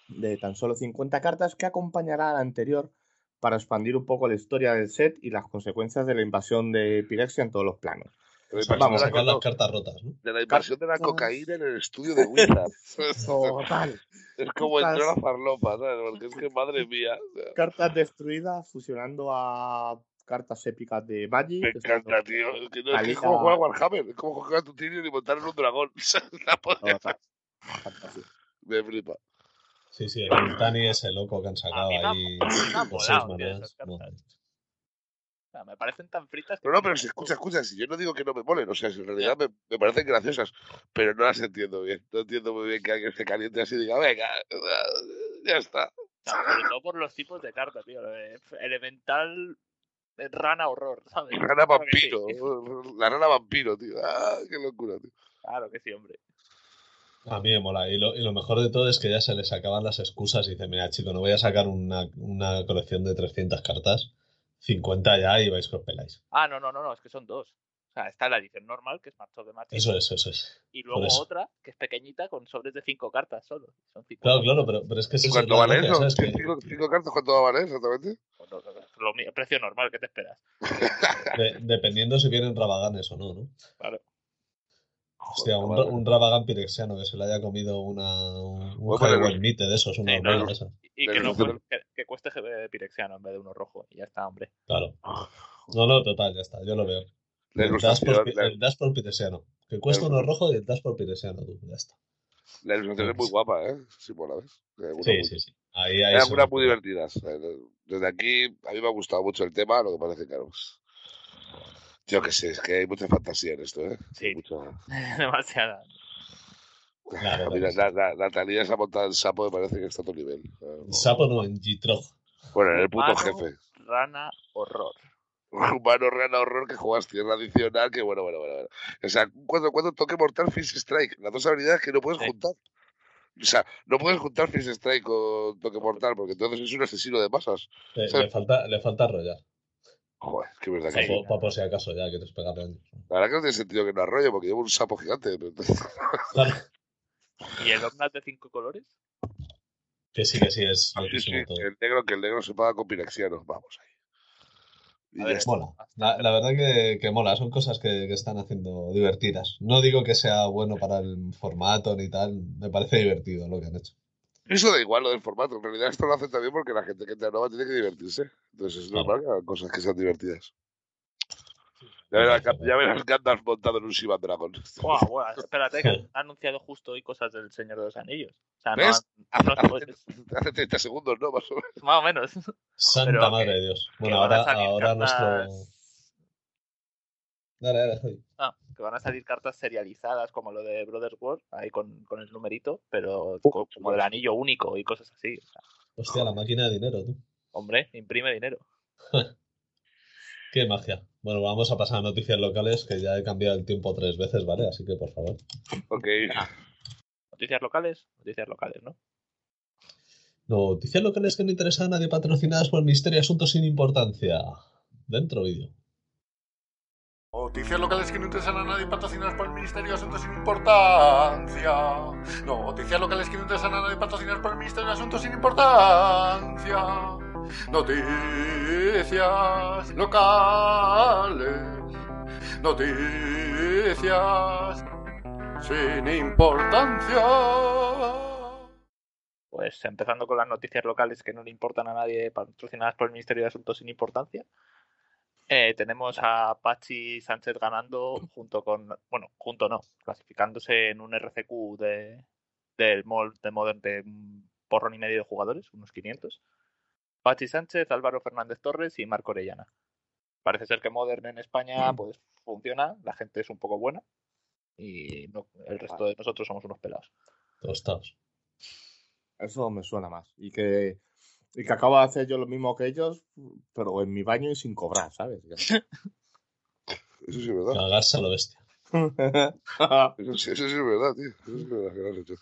Speaker 6: de tan solo 50 cartas que acompañará al anterior para expandir un poco la historia del set y las consecuencias de la invasión de Pirexia en todos los planos.
Speaker 3: De la invasión
Speaker 4: Vamos
Speaker 6: Vamos,
Speaker 4: a
Speaker 3: de la
Speaker 4: sacar las
Speaker 3: co-
Speaker 4: cartas rotas, ¿no?
Speaker 3: de la invasión de la cocaína en el estudio de Wizard.
Speaker 6: Total.
Speaker 3: es como entró la farlopa, ¿sabes? Porque es que madre mía. o sea,
Speaker 6: Cartas destruidas fusionando a cartas épicas de Magic.
Speaker 3: Me
Speaker 6: que son
Speaker 3: encanta,
Speaker 6: los-
Speaker 3: tío. Es que no, es que es
Speaker 6: Paliza-
Speaker 3: como jugar a Warhammer. Es como jugar a tu tío y montar en un dragón. La polla.
Speaker 6: Total. Fantástico.
Speaker 3: Me flipa.
Speaker 4: Sí, sí, el Tani es el loco que han sacado
Speaker 5: A mí me ha-
Speaker 4: ahí.
Speaker 5: me ha
Speaker 4: por
Speaker 5: molado,
Speaker 4: seis
Speaker 5: tío,
Speaker 4: manás.
Speaker 5: esas cartas. O sea, me parecen tan fritas que...
Speaker 3: No, no, pero si escucha, escucha, si yo no digo que no me molen, o sea, si en realidad me, me parecen graciosas, pero no las entiendo bien. No entiendo muy bien que alguien se caliente así y diga, venga, eh, ya está.
Speaker 5: No, sobre todo por los tipos de cartas, tío. Eh, Elemental eh, rana horror, ¿sabes?
Speaker 3: Rana
Speaker 5: Claro que sí.
Speaker 3: vampiro, la rana vampiro, tío. Ah, qué locura, tío.
Speaker 5: Claro que sí, hombre.
Speaker 4: No, a mí me mola. Y lo, y lo mejor de todo es que ya se les acaban las excusas y dicen, mira, chico, no voy a sacar una, una colección de 300 cartas. 50 ya y vais que os peláis.
Speaker 5: Ah, no, no, no, no, es que son dos. O sea, está la edición normal, que es Match of the Match,
Speaker 4: Eso es, eso es.
Speaker 5: y luego
Speaker 4: por eso.
Speaker 5: otra, que es pequeñita, con sobres de cinco cartas solo. Son cinco
Speaker 4: Claro,
Speaker 5: cartas.
Speaker 4: claro, pero, pero es que
Speaker 3: ¿Y
Speaker 4: eso
Speaker 3: cuánto
Speaker 4: es la
Speaker 3: vale
Speaker 4: gracia,
Speaker 3: eso?
Speaker 4: ¿sabes? Que-
Speaker 3: ¿Cinco, cinco cartas cuánto va a valer exactamente?
Speaker 5: O no, no, no, lo mi- precio normal, ¿qué te esperas?
Speaker 4: de- dependiendo si vienen rabaganes o no, ¿no?
Speaker 5: Claro.
Speaker 4: Hostia, un,
Speaker 3: Joder,
Speaker 4: ra- un rabagan pirexiano que se le haya comido una, un,
Speaker 3: Voy
Speaker 4: un
Speaker 3: a poner-
Speaker 4: highball mite de esos, una
Speaker 5: Sí, no,
Speaker 4: hormiga
Speaker 5: no.
Speaker 4: de esas.
Speaker 5: Y que,
Speaker 3: Pero
Speaker 5: no,
Speaker 3: eso-
Speaker 5: cu- que, que cueste eh, pirexiano en vez de uno rojo. Y ya está, hombre.
Speaker 4: Claro. No, no, total, ya está, yo lo veo.
Speaker 3: La
Speaker 4: El Dash
Speaker 3: ilustración,
Speaker 4: por, pi-
Speaker 3: la,
Speaker 4: el Dash por pirexiano. Que cuesta
Speaker 3: La
Speaker 4: uno
Speaker 3: ilustración.
Speaker 4: rojo y el Dash por pirexiano, tú, ya está.
Speaker 3: la ilustración es muy guapa, ¿eh? Sí, por la vez.
Speaker 4: Sí, sí, sí. Ahí,
Speaker 3: Hay
Speaker 4: ahí se
Speaker 3: algunas
Speaker 4: nota.
Speaker 3: muy divertidas. eh, Desde aquí, a mí me ha gustado mucho el tema, lo que parece que pues, Yo qué sé, es que hay mucha fantasía en esto, ¿eh?
Speaker 5: Sí,
Speaker 3: Mucha...
Speaker 5: demasiada.
Speaker 4: Claro,
Speaker 3: A mí la,
Speaker 4: claro.
Speaker 3: la, la- Natalia se ha montado en sapo, me parece que está a otro nivel.
Speaker 4: En Sapo no, en Gitrog.
Speaker 3: Bueno, en el puto
Speaker 5: Humano,
Speaker 3: jefe.
Speaker 5: Rana, horror.
Speaker 3: Humano Real Horror que juegas tierra adicional, que bueno, bueno, bueno. bueno. O sea, cuando, cuando toque Mortal Fist Strike, las dos habilidades que no puedes
Speaker 5: Sí.
Speaker 3: juntar. O sea, no puedes juntar Fist Strike con toque mortal, porque entonces es un asesino de masas.
Speaker 4: Le,
Speaker 3: Sí.
Speaker 4: le falta, le falta arrollar.
Speaker 3: Joder, es que verdad que
Speaker 5: Sí.
Speaker 3: sí.
Speaker 4: Para por si acaso ya quieres pegarle daño.
Speaker 3: La verdad que no tiene sentido que no arrolle, porque llevo un sapo gigante. pero entonces-
Speaker 4: Claro,
Speaker 5: ¿Y el Omnat de cinco colores?
Speaker 4: que sí, que sí, es
Speaker 3: Sí, sí,
Speaker 4: loquísimo todo.
Speaker 3: que el negro, que el negro se paga con pirexianos, vamos ahí. Y
Speaker 5: A
Speaker 3: ya
Speaker 5: ver,
Speaker 3: está.
Speaker 4: Mola. La, la verdad que, que mola, son cosas que, que están haciendo divertidas. No digo que sea bueno para el formato ni tal, me parece divertido lo que han hecho.
Speaker 3: Eso da igual lo del formato. En realidad esto lo hacen también porque la gente que entra nueva tiene que divertirse. Entonces es normal que hagan cosas que sean divertidas. Ya verás, Gand- ya verás Gandalf montado en un Shivan Dragon.
Speaker 5: Buah, buah, espérate, que han anunciado justo hoy cosas del Señor de los Anillos. O sea, no
Speaker 3: ¿Ves?
Speaker 5: han- no- pues,
Speaker 3: Hace 30 segundos, ¿no? Más o menos.
Speaker 5: más o menos.
Speaker 4: Santa
Speaker 5: Pero
Speaker 4: madre
Speaker 5: que-
Speaker 4: de Dios. Bueno,
Speaker 5: Que van a
Speaker 4: ahora,
Speaker 5: salir
Speaker 4: ahora nuestro.
Speaker 5: cartas-
Speaker 4: Dale, dale, Javi.
Speaker 5: Ah, que van a salir cartas serializadas como lo de Brothers War, ahí con, con el numerito, pero co- como del anillo único y cosas así. O sea,
Speaker 4: Hostia, la máquina de dinero, tú.
Speaker 5: hombre, imprime dinero.
Speaker 4: Qué magia. Bueno, vamos a pasar a noticias locales que ya he cambiado el tiempo tres veces, ¿vale? Así que por favor.
Speaker 3: Ok.
Speaker 5: Noticias locales, noticias locales, ¿no?
Speaker 4: Noticias locales que no interesan a nadie patrocinadas por Misterio Asuntos sin Importancia. Dentro vídeo.
Speaker 7: Noticias locales que no interesan a nadie patrocinadas por el Ministerio de Asuntos sin Importancia. Noticias locales que no interesan a nadie patrocinadas por el Ministerio de Asuntos sin Importancia. Noticias locales. Noticias sin importancia.
Speaker 5: Pues empezando con las noticias locales que no le importan a nadie, patrocinadas por el Ministerio de Asuntos sin importancia. eh, tenemos a Pachi Sánchez ganando junto con, bueno, junto no, clasificándose en un RCQ de, del mol de Modern de un porrón y medio de jugadores, unos 500. Pachi Sánchez, Álvaro Fernández Torres y Marco Orellana. Parece ser que Modern en España pues funciona, la gente es un poco buena y no- el resto de nosotros somos unos pelados.
Speaker 4: Tostados.
Speaker 6: Eso me suena más. Y que, y que acabo de hacer yo lo mismo que ellos, pero en mi baño y sin cobrar, ¿sabes?
Speaker 3: Eso sí es verdad.
Speaker 4: Cagarse a lo bestia.
Speaker 3: Eso sí, eso sí es verdad, tío. Eso sí es verdad que lo has hecho.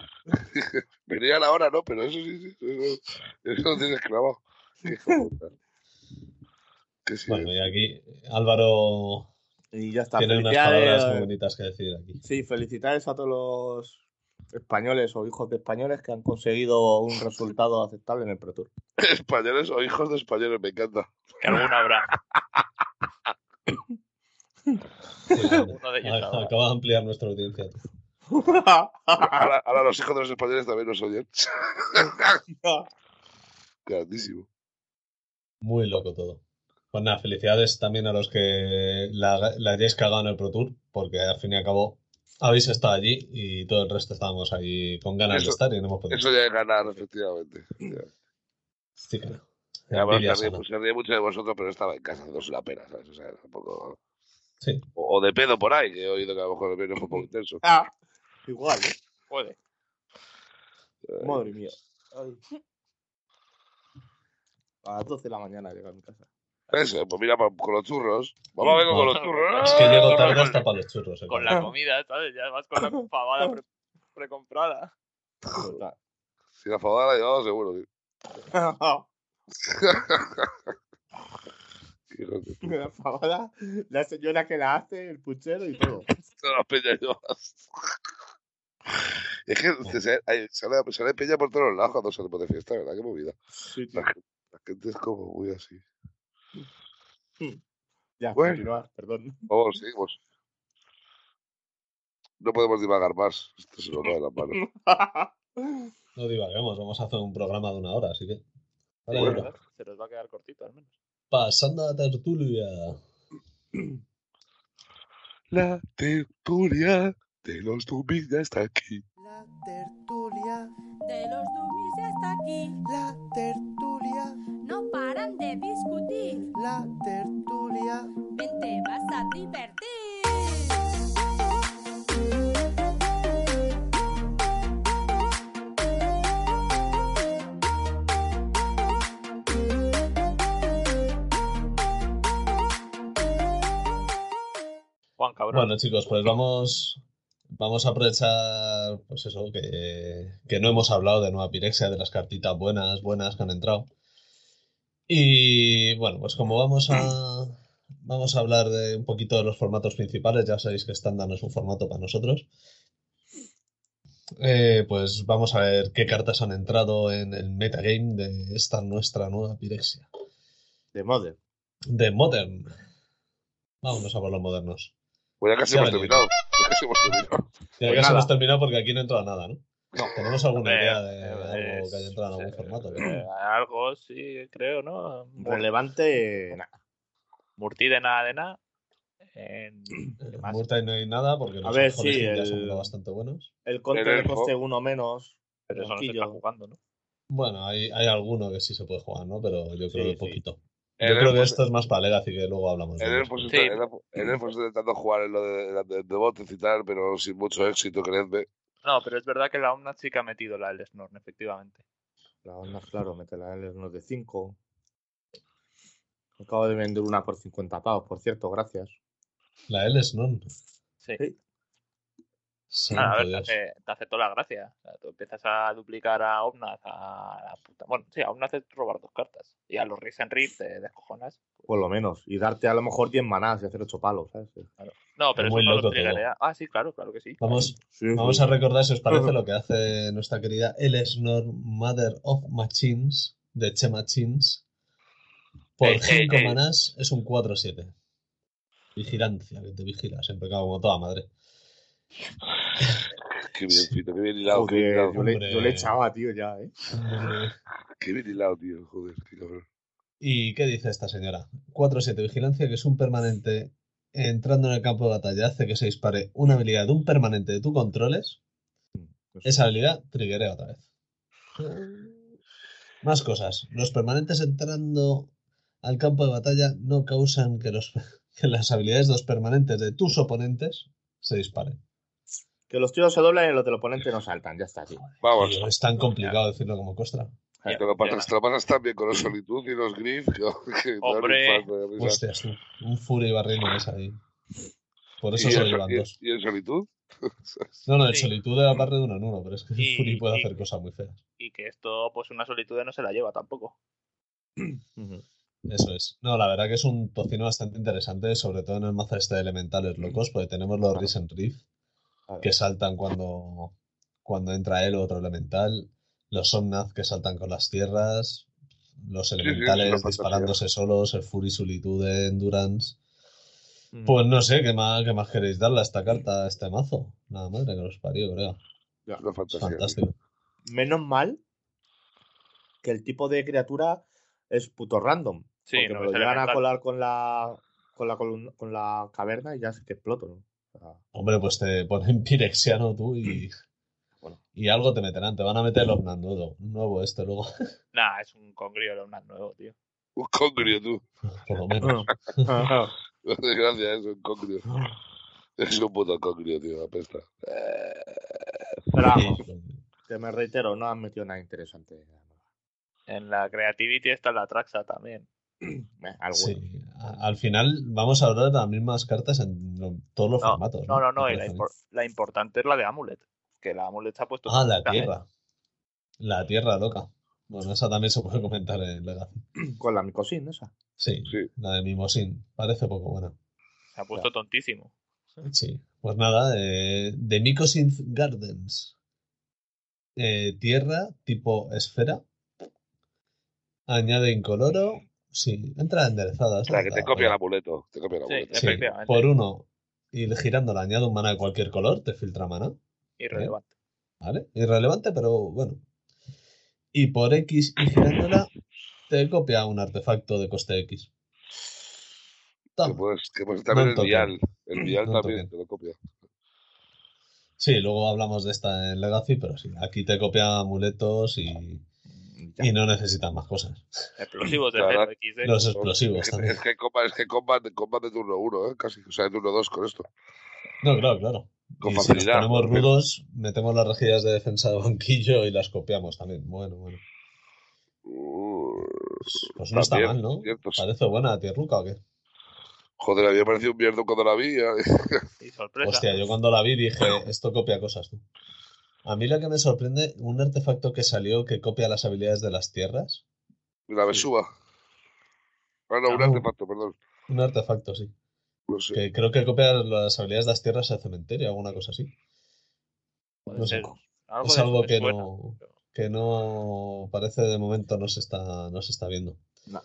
Speaker 3: Venía la hora, ¿no? Pero eso sí, sí. Eso, eso lo tienes clavado. Qué hijo de puta. Que sí. eh.
Speaker 4: Bueno, y aquí Álvaro
Speaker 6: y ya está.
Speaker 4: tiene unas
Speaker 6: Felicidades.
Speaker 4: palabras muy bonitas que decir aquí.
Speaker 6: Sí, felicidades a todos los españoles o hijos de españoles que han conseguido un resultado aceptable en el Pro Tour.
Speaker 3: Españoles o hijos de españoles, me encanta.
Speaker 5: Que alguno habrá,
Speaker 4: Muy grande.
Speaker 5: alguno de ellos
Speaker 4: Acaba
Speaker 5: habrá.
Speaker 4: acaba de ampliar nuestra audiencia. tú.
Speaker 3: Ahora, ahora los hijos de los españoles también nos oyen. Grandísimo.
Speaker 4: Muy loco todo. Pues nada, felicidades también a los que la, la hayáis cagado en el Pro Tour, porque al fin y al cabo habéis estado allí y todo el resto estábamos ahí con ganas
Speaker 3: Eso-
Speaker 4: de estar y no hemos podido.
Speaker 3: Eso ya es ganar, efectivamente. Ya.
Speaker 4: Sí, claro.
Speaker 3: Ya, bueno,
Speaker 4: Envidia
Speaker 3: se, ríe,
Speaker 4: sana.
Speaker 3: se ríe mucho de vosotros, pero estaba en casa dándose la pena, ¿sabes? O sea, tampoco-
Speaker 4: Sí.
Speaker 3: O, o de pedo por ahí, que he oído que a lo mejor el pedo fue un poco intenso.
Speaker 6: Ah, Igual, ¿eh?
Speaker 5: Puede.
Speaker 6: madre mía. Ay. A las 12 de la mañana llego a mi casa.
Speaker 3: Eso, pues mira, pa- con los churros. Vamos a ver con
Speaker 4: Bueno,
Speaker 3: los churros.
Speaker 4: Es que llego tarde hasta para los churros. eh,
Speaker 5: con
Speaker 4: claro.
Speaker 5: la comida, ¿sabes? Ya vas con la pavada pre- precomprada.
Speaker 6: Total.
Speaker 3: Si la fabada la llevaba seguro, tío. Qué hijo de puta.
Speaker 6: la fabada, la señora que la hace, el puchero y todo.
Speaker 3: Toda la peña llevabas. Es que se, hay- sale, sale peña por todos lados cuando salimos de fiesta, ¿verdad? Qué movida.
Speaker 6: Sí, tío.
Speaker 3: La gente, la gente es como muy así.
Speaker 6: Ya,
Speaker 3: Bueno.
Speaker 6: continuar, perdón.
Speaker 3: Vamos, seguimos. Oh, pues. No podemos divagar más. Esto se nos va de las manos.
Speaker 4: No divaguemos, vamos a hacer un programa de una hora, así que. Vale,
Speaker 3: Bueno.
Speaker 4: venga.
Speaker 5: ¿verdad? Pues Se nos va a quedar cortito al menos.
Speaker 4: Pasando a la tertulia.
Speaker 3: La tertulia de los Dumis ya está aquí.
Speaker 1: La tertulia,
Speaker 8: De los dummies ya está aquí,
Speaker 1: la tertulia,
Speaker 8: no paran de discutir.
Speaker 1: la tertulia.
Speaker 8: Vente, vas a divertir.
Speaker 5: Juan, cabrón.
Speaker 4: Bueno, chicos, pues vamos, vamos a aprovechar, pues eso, que, que no hemos hablado de Nueva Pirexia, de las cartitas buenas, buenas que han entrado. Y bueno, pues como vamos a, vamos a hablar de un poquito de los formatos principales, ya sabéis que estándar es un formato para nosotros. Eh, pues vamos a ver qué cartas han entrado en el metagame de esta nuestra nueva Pirexia.
Speaker 6: De Modern.
Speaker 4: De Modern. Vámonos a por los modernos.
Speaker 3: Bueno, Pues ya casi
Speaker 4: Ya
Speaker 3: hemos
Speaker 4: venimos.
Speaker 3: terminado. Ya casi hemos terminado.
Speaker 4: Ya
Speaker 6: Pues
Speaker 4: casi
Speaker 6: nada.
Speaker 4: hemos terminado porque aquí no ha entrado nada, ¿no?
Speaker 5: No.
Speaker 4: Tenemos alguna
Speaker 5: Eh,
Speaker 4: idea de,
Speaker 5: eh,
Speaker 4: algo que haya entrado en algún
Speaker 5: es, eh,
Speaker 4: formato.
Speaker 5: eh, algo, sí, creo, ¿no? Mur-
Speaker 6: Relevante, nada.
Speaker 5: Murti de nada de nada. En- ¿qué más?
Speaker 4: Murta no hay nada porque los
Speaker 6: ver,
Speaker 4: Arjones
Speaker 6: sí,
Speaker 4: Indias han
Speaker 6: el-
Speaker 4: sido bastante buenos.
Speaker 6: El counter
Speaker 3: Pero
Speaker 6: de
Speaker 3: el
Speaker 6: coste uno menos.
Speaker 5: Pero eso no se
Speaker 6: Tranquillo.
Speaker 5: está jugando, ¿no?
Speaker 4: Bueno, hay, hay alguno que sí se puede jugar, ¿no? Pero yo creo
Speaker 6: Sí,
Speaker 4: que
Speaker 6: sí.
Speaker 4: poquito. Yo
Speaker 3: En
Speaker 4: creo que
Speaker 3: Elfos-
Speaker 4: esto es más para Legacy que luego hablamos. de
Speaker 3: en
Speaker 4: ello.
Speaker 3: Elfos
Speaker 5: Sí.
Speaker 3: está- en Elfos- en Elfos está intentando jugar en lo de, de, de botes y tal, pero sin mucho éxito, creedme.
Speaker 5: No, pero es verdad que la Omna sí que ha metido la del Snorn, efectivamente.
Speaker 6: La onda, claro, mete la L1 de 5. Acabo de vender una por 50 pavos, por cierto, gracias.
Speaker 4: La L es non.
Speaker 6: Ah,
Speaker 5: Sí.
Speaker 4: Santo
Speaker 5: Ah, a ver, te
Speaker 6: eh,
Speaker 4: Dios.
Speaker 5: hace, te hace toda la gracia. O sea, tú empiezas a duplicar a Omnath a la puta. Bueno, sí, a Omnath es robar dos cartas. Y a los Riz and Reef te descojonas.
Speaker 6: Por lo menos. Y darte a lo mejor 10 manás y hacer 8 palos, ¿sabes? Sí,
Speaker 5: No,
Speaker 4: Es
Speaker 5: pero eso
Speaker 4: muy
Speaker 5: no
Speaker 4: loco
Speaker 5: lo triggerea. Ah, sí, claro, claro que sí.
Speaker 4: Vamos,
Speaker 6: sí,
Speaker 4: vamos
Speaker 6: sí.
Speaker 4: a recordar, si os parece, lo que hace nuestra querida L Snorn Mother of Machines de Che Machines.
Speaker 5: Eh, eh,
Speaker 4: Por 5
Speaker 5: eh.
Speaker 4: manás es un 4-7. Vigilancia, que te vigila, siempre cago como toda madre.
Speaker 3: Qué bien,
Speaker 4: Sí.
Speaker 3: tío, qué bien hilado, qué bien
Speaker 6: Joder, yo,
Speaker 3: hilado.
Speaker 6: le, yo le echaba, tío, ya, ¿eh?
Speaker 4: Hombre.
Speaker 3: Qué bien hilado, tío, joder, qué cabrón.
Speaker 4: ¿Y qué dice esta señora? 4-7 vigilancia, que es un permanente entrando en el campo de batalla, hace que se dispare una habilidad de un permanente de tu controles. Esa habilidad triggerea otra vez. Más cosas. Los permanentes entrando al campo de batalla no causan que, los, que las habilidades de los permanentes de tus oponentes se disparen.
Speaker 6: Que los tiros se doblan y los del oponente no saltan, ya está, tío.
Speaker 3: Vamos,
Speaker 4: Tío, es tan complicado decirlo como Costra.
Speaker 3: te lo pasas, te lo pasas tan bien con los Solitud y los Griff que, que te da un
Speaker 5: Hombre. pues
Speaker 3: infarto de risa.
Speaker 4: Hostias, tú. un Fury barril no es ahí. Por eso
Speaker 3: ¿Y
Speaker 4: solo
Speaker 3: en-
Speaker 4: llevan
Speaker 3: y-
Speaker 4: dos.
Speaker 3: ¿Y en Solitud?
Speaker 4: No, no, el
Speaker 5: Sí.
Speaker 4: solitud era parte de uno en uno, pero es que el
Speaker 5: Y-
Speaker 4: Fury puede
Speaker 5: y-
Speaker 4: hacer cosas muy feas.
Speaker 5: Y que esto, pues una solitud no se la lleva tampoco.
Speaker 4: Eso es. No, la verdad que es un tocino bastante interesante, sobre todo en el mazo este de elementales locos, porque tenemos los
Speaker 6: Claro.
Speaker 4: Risen Reef,
Speaker 6: Claro.
Speaker 4: que saltan cuando, cuando entra él o otro elemental, los Omnath que saltan con las tierras, los
Speaker 3: sí, es una
Speaker 4: elementales
Speaker 3: fantasía.
Speaker 4: disparándose solos, el Fury Solitud de Endurance.
Speaker 3: Mm.
Speaker 4: Pues no sé, ¿qué más, qué más queréis darle a esta carta, a este mazo? Nada madre que los parió, creo.
Speaker 3: Es una
Speaker 4: Es
Speaker 3: fantasía.
Speaker 4: fantástico.
Speaker 6: Menos mal que el tipo de criatura es puto random.
Speaker 5: Sí,
Speaker 6: porque
Speaker 5: no,
Speaker 6: me
Speaker 5: es
Speaker 6: lo llegan a
Speaker 5: elemental.
Speaker 6: colar con la, con la, columna- con la caverna y ya sé que exploto, ¿no? O sea,
Speaker 4: Hombre, pues te ponen pirexiano tú y. Y algo te meterán, te van a meter el Omnan nuevo, nuevo este luego,
Speaker 5: Nah, es un congrío de Omnath nuevo, tío.
Speaker 3: Un congrio, tú.
Speaker 4: por lo menos.
Speaker 3: No hace gracia, es un congrio. Es un puto congrio, tío, apesta.
Speaker 6: Pero vamos, que me reitero, no han metido nada interesante.
Speaker 5: En la Creativity está la Traxa también.
Speaker 6: Eh, Alguno.
Speaker 4: Sí. A- Al final vamos a hablar de las mismas cartas en lo- todos los
Speaker 5: No,
Speaker 4: formatos.
Speaker 5: No, no, no.
Speaker 4: Me
Speaker 5: y la,
Speaker 4: parece a mí.
Speaker 5: impor- la importante es la de Amulet. Que la Amulet se ha puesto.
Speaker 4: Ah, la
Speaker 5: chunga, ¿eh?
Speaker 4: tierra. La tierra loca. Bueno, esa también se puede comentar en Legacy.
Speaker 6: Con la micosin esa.
Speaker 4: Sí,
Speaker 3: Sí.
Speaker 4: la de Mimosin. Parece poco buena.
Speaker 5: Se ha puesto tontísimo.
Speaker 4: Sí, pues nada, eh, de Mycosynth Gardens. Eh, tierra, tipo esfera. Añade incoloro. Sí, entra enderezada.
Speaker 3: O sea, que te copia el amuleto. Te copia el
Speaker 5: Sí,
Speaker 3: amuleto.
Speaker 5: sí. Efectivamente.
Speaker 4: Por uno, y girándola, añade un mana de cualquier color, te filtra mana.
Speaker 5: Irrelevante.
Speaker 4: ¿Vale? Irrelevante, pero bueno. Y por X y girándola, te copia un artefacto de coste X.
Speaker 3: Que
Speaker 4: Toma.
Speaker 3: puedes, que puedes también
Speaker 4: No
Speaker 3: el
Speaker 4: toquen.
Speaker 3: vial. El vial
Speaker 4: No
Speaker 3: también
Speaker 4: toquen.
Speaker 3: te lo copia.
Speaker 4: Sí, luego hablamos de esta en Legacy, pero sí, aquí te copia amuletos y, y no necesitas más cosas.
Speaker 5: Explosivos de
Speaker 3: La verdad-
Speaker 5: 0xd.
Speaker 4: Los explosivos
Speaker 3: Es que,
Speaker 4: también.
Speaker 3: es que hay combat, es que combat, combat de turno 1, ¿eh? casi. O sea, de turno 2 con esto.
Speaker 4: No, claro, claro.
Speaker 3: Con
Speaker 4: Y si nos
Speaker 3: facilidad.
Speaker 4: ponemos
Speaker 3: porque-
Speaker 4: rudos, metemos las rejillas de defensa de banquillo y las copiamos también. Bueno, bueno.
Speaker 3: Uh,
Speaker 4: Pues no está
Speaker 3: También,
Speaker 4: mal, ¿no?
Speaker 3: cierto, sí.
Speaker 4: Parece buena la tierruca o qué.
Speaker 3: Joder, había parecido un mierdo cuando la vi. ¿eh?
Speaker 5: Y sorpresa.
Speaker 4: Hostia, yo cuando la vi dije, esto copia cosas, tú. A mí la que me sorprende, un artefacto que salió que copia las habilidades de las tierras.
Speaker 3: La besuba. Ah, no, un
Speaker 4: Ah.
Speaker 3: artefacto, perdón.
Speaker 4: Un artefacto, sí.
Speaker 3: No sé.
Speaker 4: Que creo que copia las habilidades de las tierras al cementerio, alguna cosa así.
Speaker 5: Puede
Speaker 4: No sé.
Speaker 5: ser. Algo
Speaker 4: Es
Speaker 5: de-
Speaker 4: algo
Speaker 5: me
Speaker 4: que
Speaker 5: suena.
Speaker 4: no, que no parece de momento no se está, no se está viendo.
Speaker 6: No.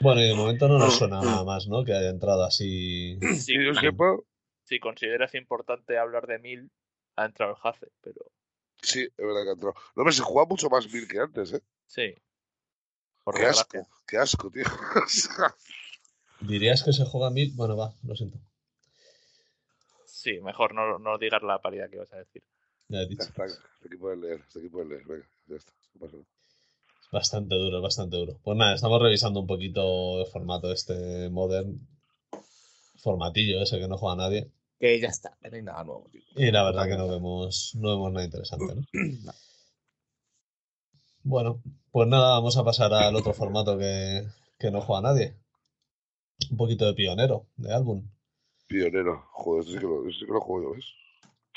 Speaker 4: Bueno, y de momento no nos suena nada más, ¿no? Que haya entrado así.
Speaker 5: Sí,
Speaker 3: Que yo
Speaker 5: claro.
Speaker 3: sepa,
Speaker 5: si consideras importante hablar de Mil, ha entrado el Hace, pero
Speaker 3: sí, es verdad que ha entrado. No, pero se jugaba mucho más mil que antes, ¿eh?
Speaker 5: sí. Por
Speaker 3: Qué asco,
Speaker 5: desgracia.
Speaker 3: qué asco, tío.
Speaker 4: ¿Dirías que se juega mil? Bueno, va, lo siento.
Speaker 5: Sí, mejor no, no digas la paridad que vas a decir.
Speaker 4: Ya he
Speaker 3: ya
Speaker 4: dicho.
Speaker 3: está, hasta aquí puedes este leer, hasta aquí puedes leer. Venga, ya está. no pasa nada.
Speaker 4: Bastante duro, bastante duro. Pues nada, estamos revisando un poquito el formato este modern. Formatillo ese que no juega nadie.
Speaker 6: Que ya está, que no hay nada nuevo, tío.
Speaker 4: Y la verdad que no vemos, no vemos nada interesante, ¿no? Bueno, pues nada, vamos a pasar al otro formato que, que no juega nadie. Un poquito de pionero, de álbum.
Speaker 3: Pionero. Joder, esto sí que lo, esto sí que lo juego yo, ¿ves?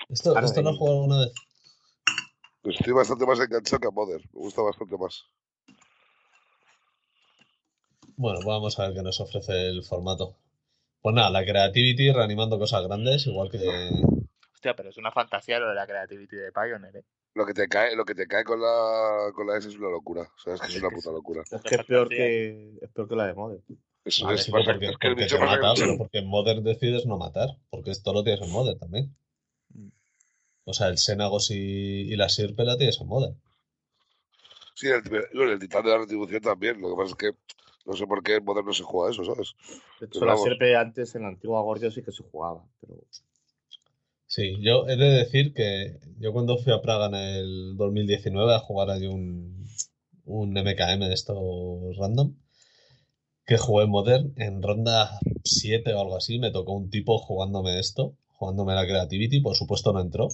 Speaker 4: ¿Esto,
Speaker 6: Ahora
Speaker 4: esto lo has
Speaker 6: ahí.
Speaker 4: jugado alguna vez?
Speaker 3: Pues Estoy bastante más enganchado que a Modern. Me gusta bastante más.
Speaker 4: Bueno, vamos a ver qué nos ofrece el formato. Pues nada, la creativity reanimando cosas grandes, igual que.
Speaker 5: Hostia, pero es una fantasía lo de la creativity de Pioneer, ¿eh?
Speaker 3: Lo que te cae, lo que te cae con la con la S es una locura. O sea, es que es
Speaker 6: Es
Speaker 3: una
Speaker 6: que
Speaker 3: puta
Speaker 6: sí.
Speaker 3: locura.
Speaker 6: Es que es peor que, es peor que la de Modern.
Speaker 3: Eso
Speaker 4: Vale,
Speaker 3: pues es,
Speaker 4: sí,
Speaker 3: más-
Speaker 4: porque,
Speaker 3: es que el
Speaker 4: porque
Speaker 3: bicho
Speaker 4: te
Speaker 3: más
Speaker 4: mata, pero porque en Modern decides no matar, porque esto lo tienes en Modern también.
Speaker 3: Mm.
Speaker 4: O sea, el Xenagos y, y la Sirpe la tienes en Modern.
Speaker 3: Sí, el, bueno, el titán de la retribución también. Lo que pasa es que no sé por qué en Modern no se juega eso, ¿sabes?
Speaker 6: De hecho,
Speaker 3: Pero
Speaker 6: la
Speaker 3: vamos.
Speaker 6: serpe antes en la antigua Gordia sí que se jugaba. Pero
Speaker 4: Sí, yo he de decir que yo cuando fui a Praga en el 2019 a jugar allí un, un MKM de estos random, que jugué en Modern, en ronda 7 o algo así, me tocó un tipo jugándome esto, jugándome la Creativity, por supuesto no entró.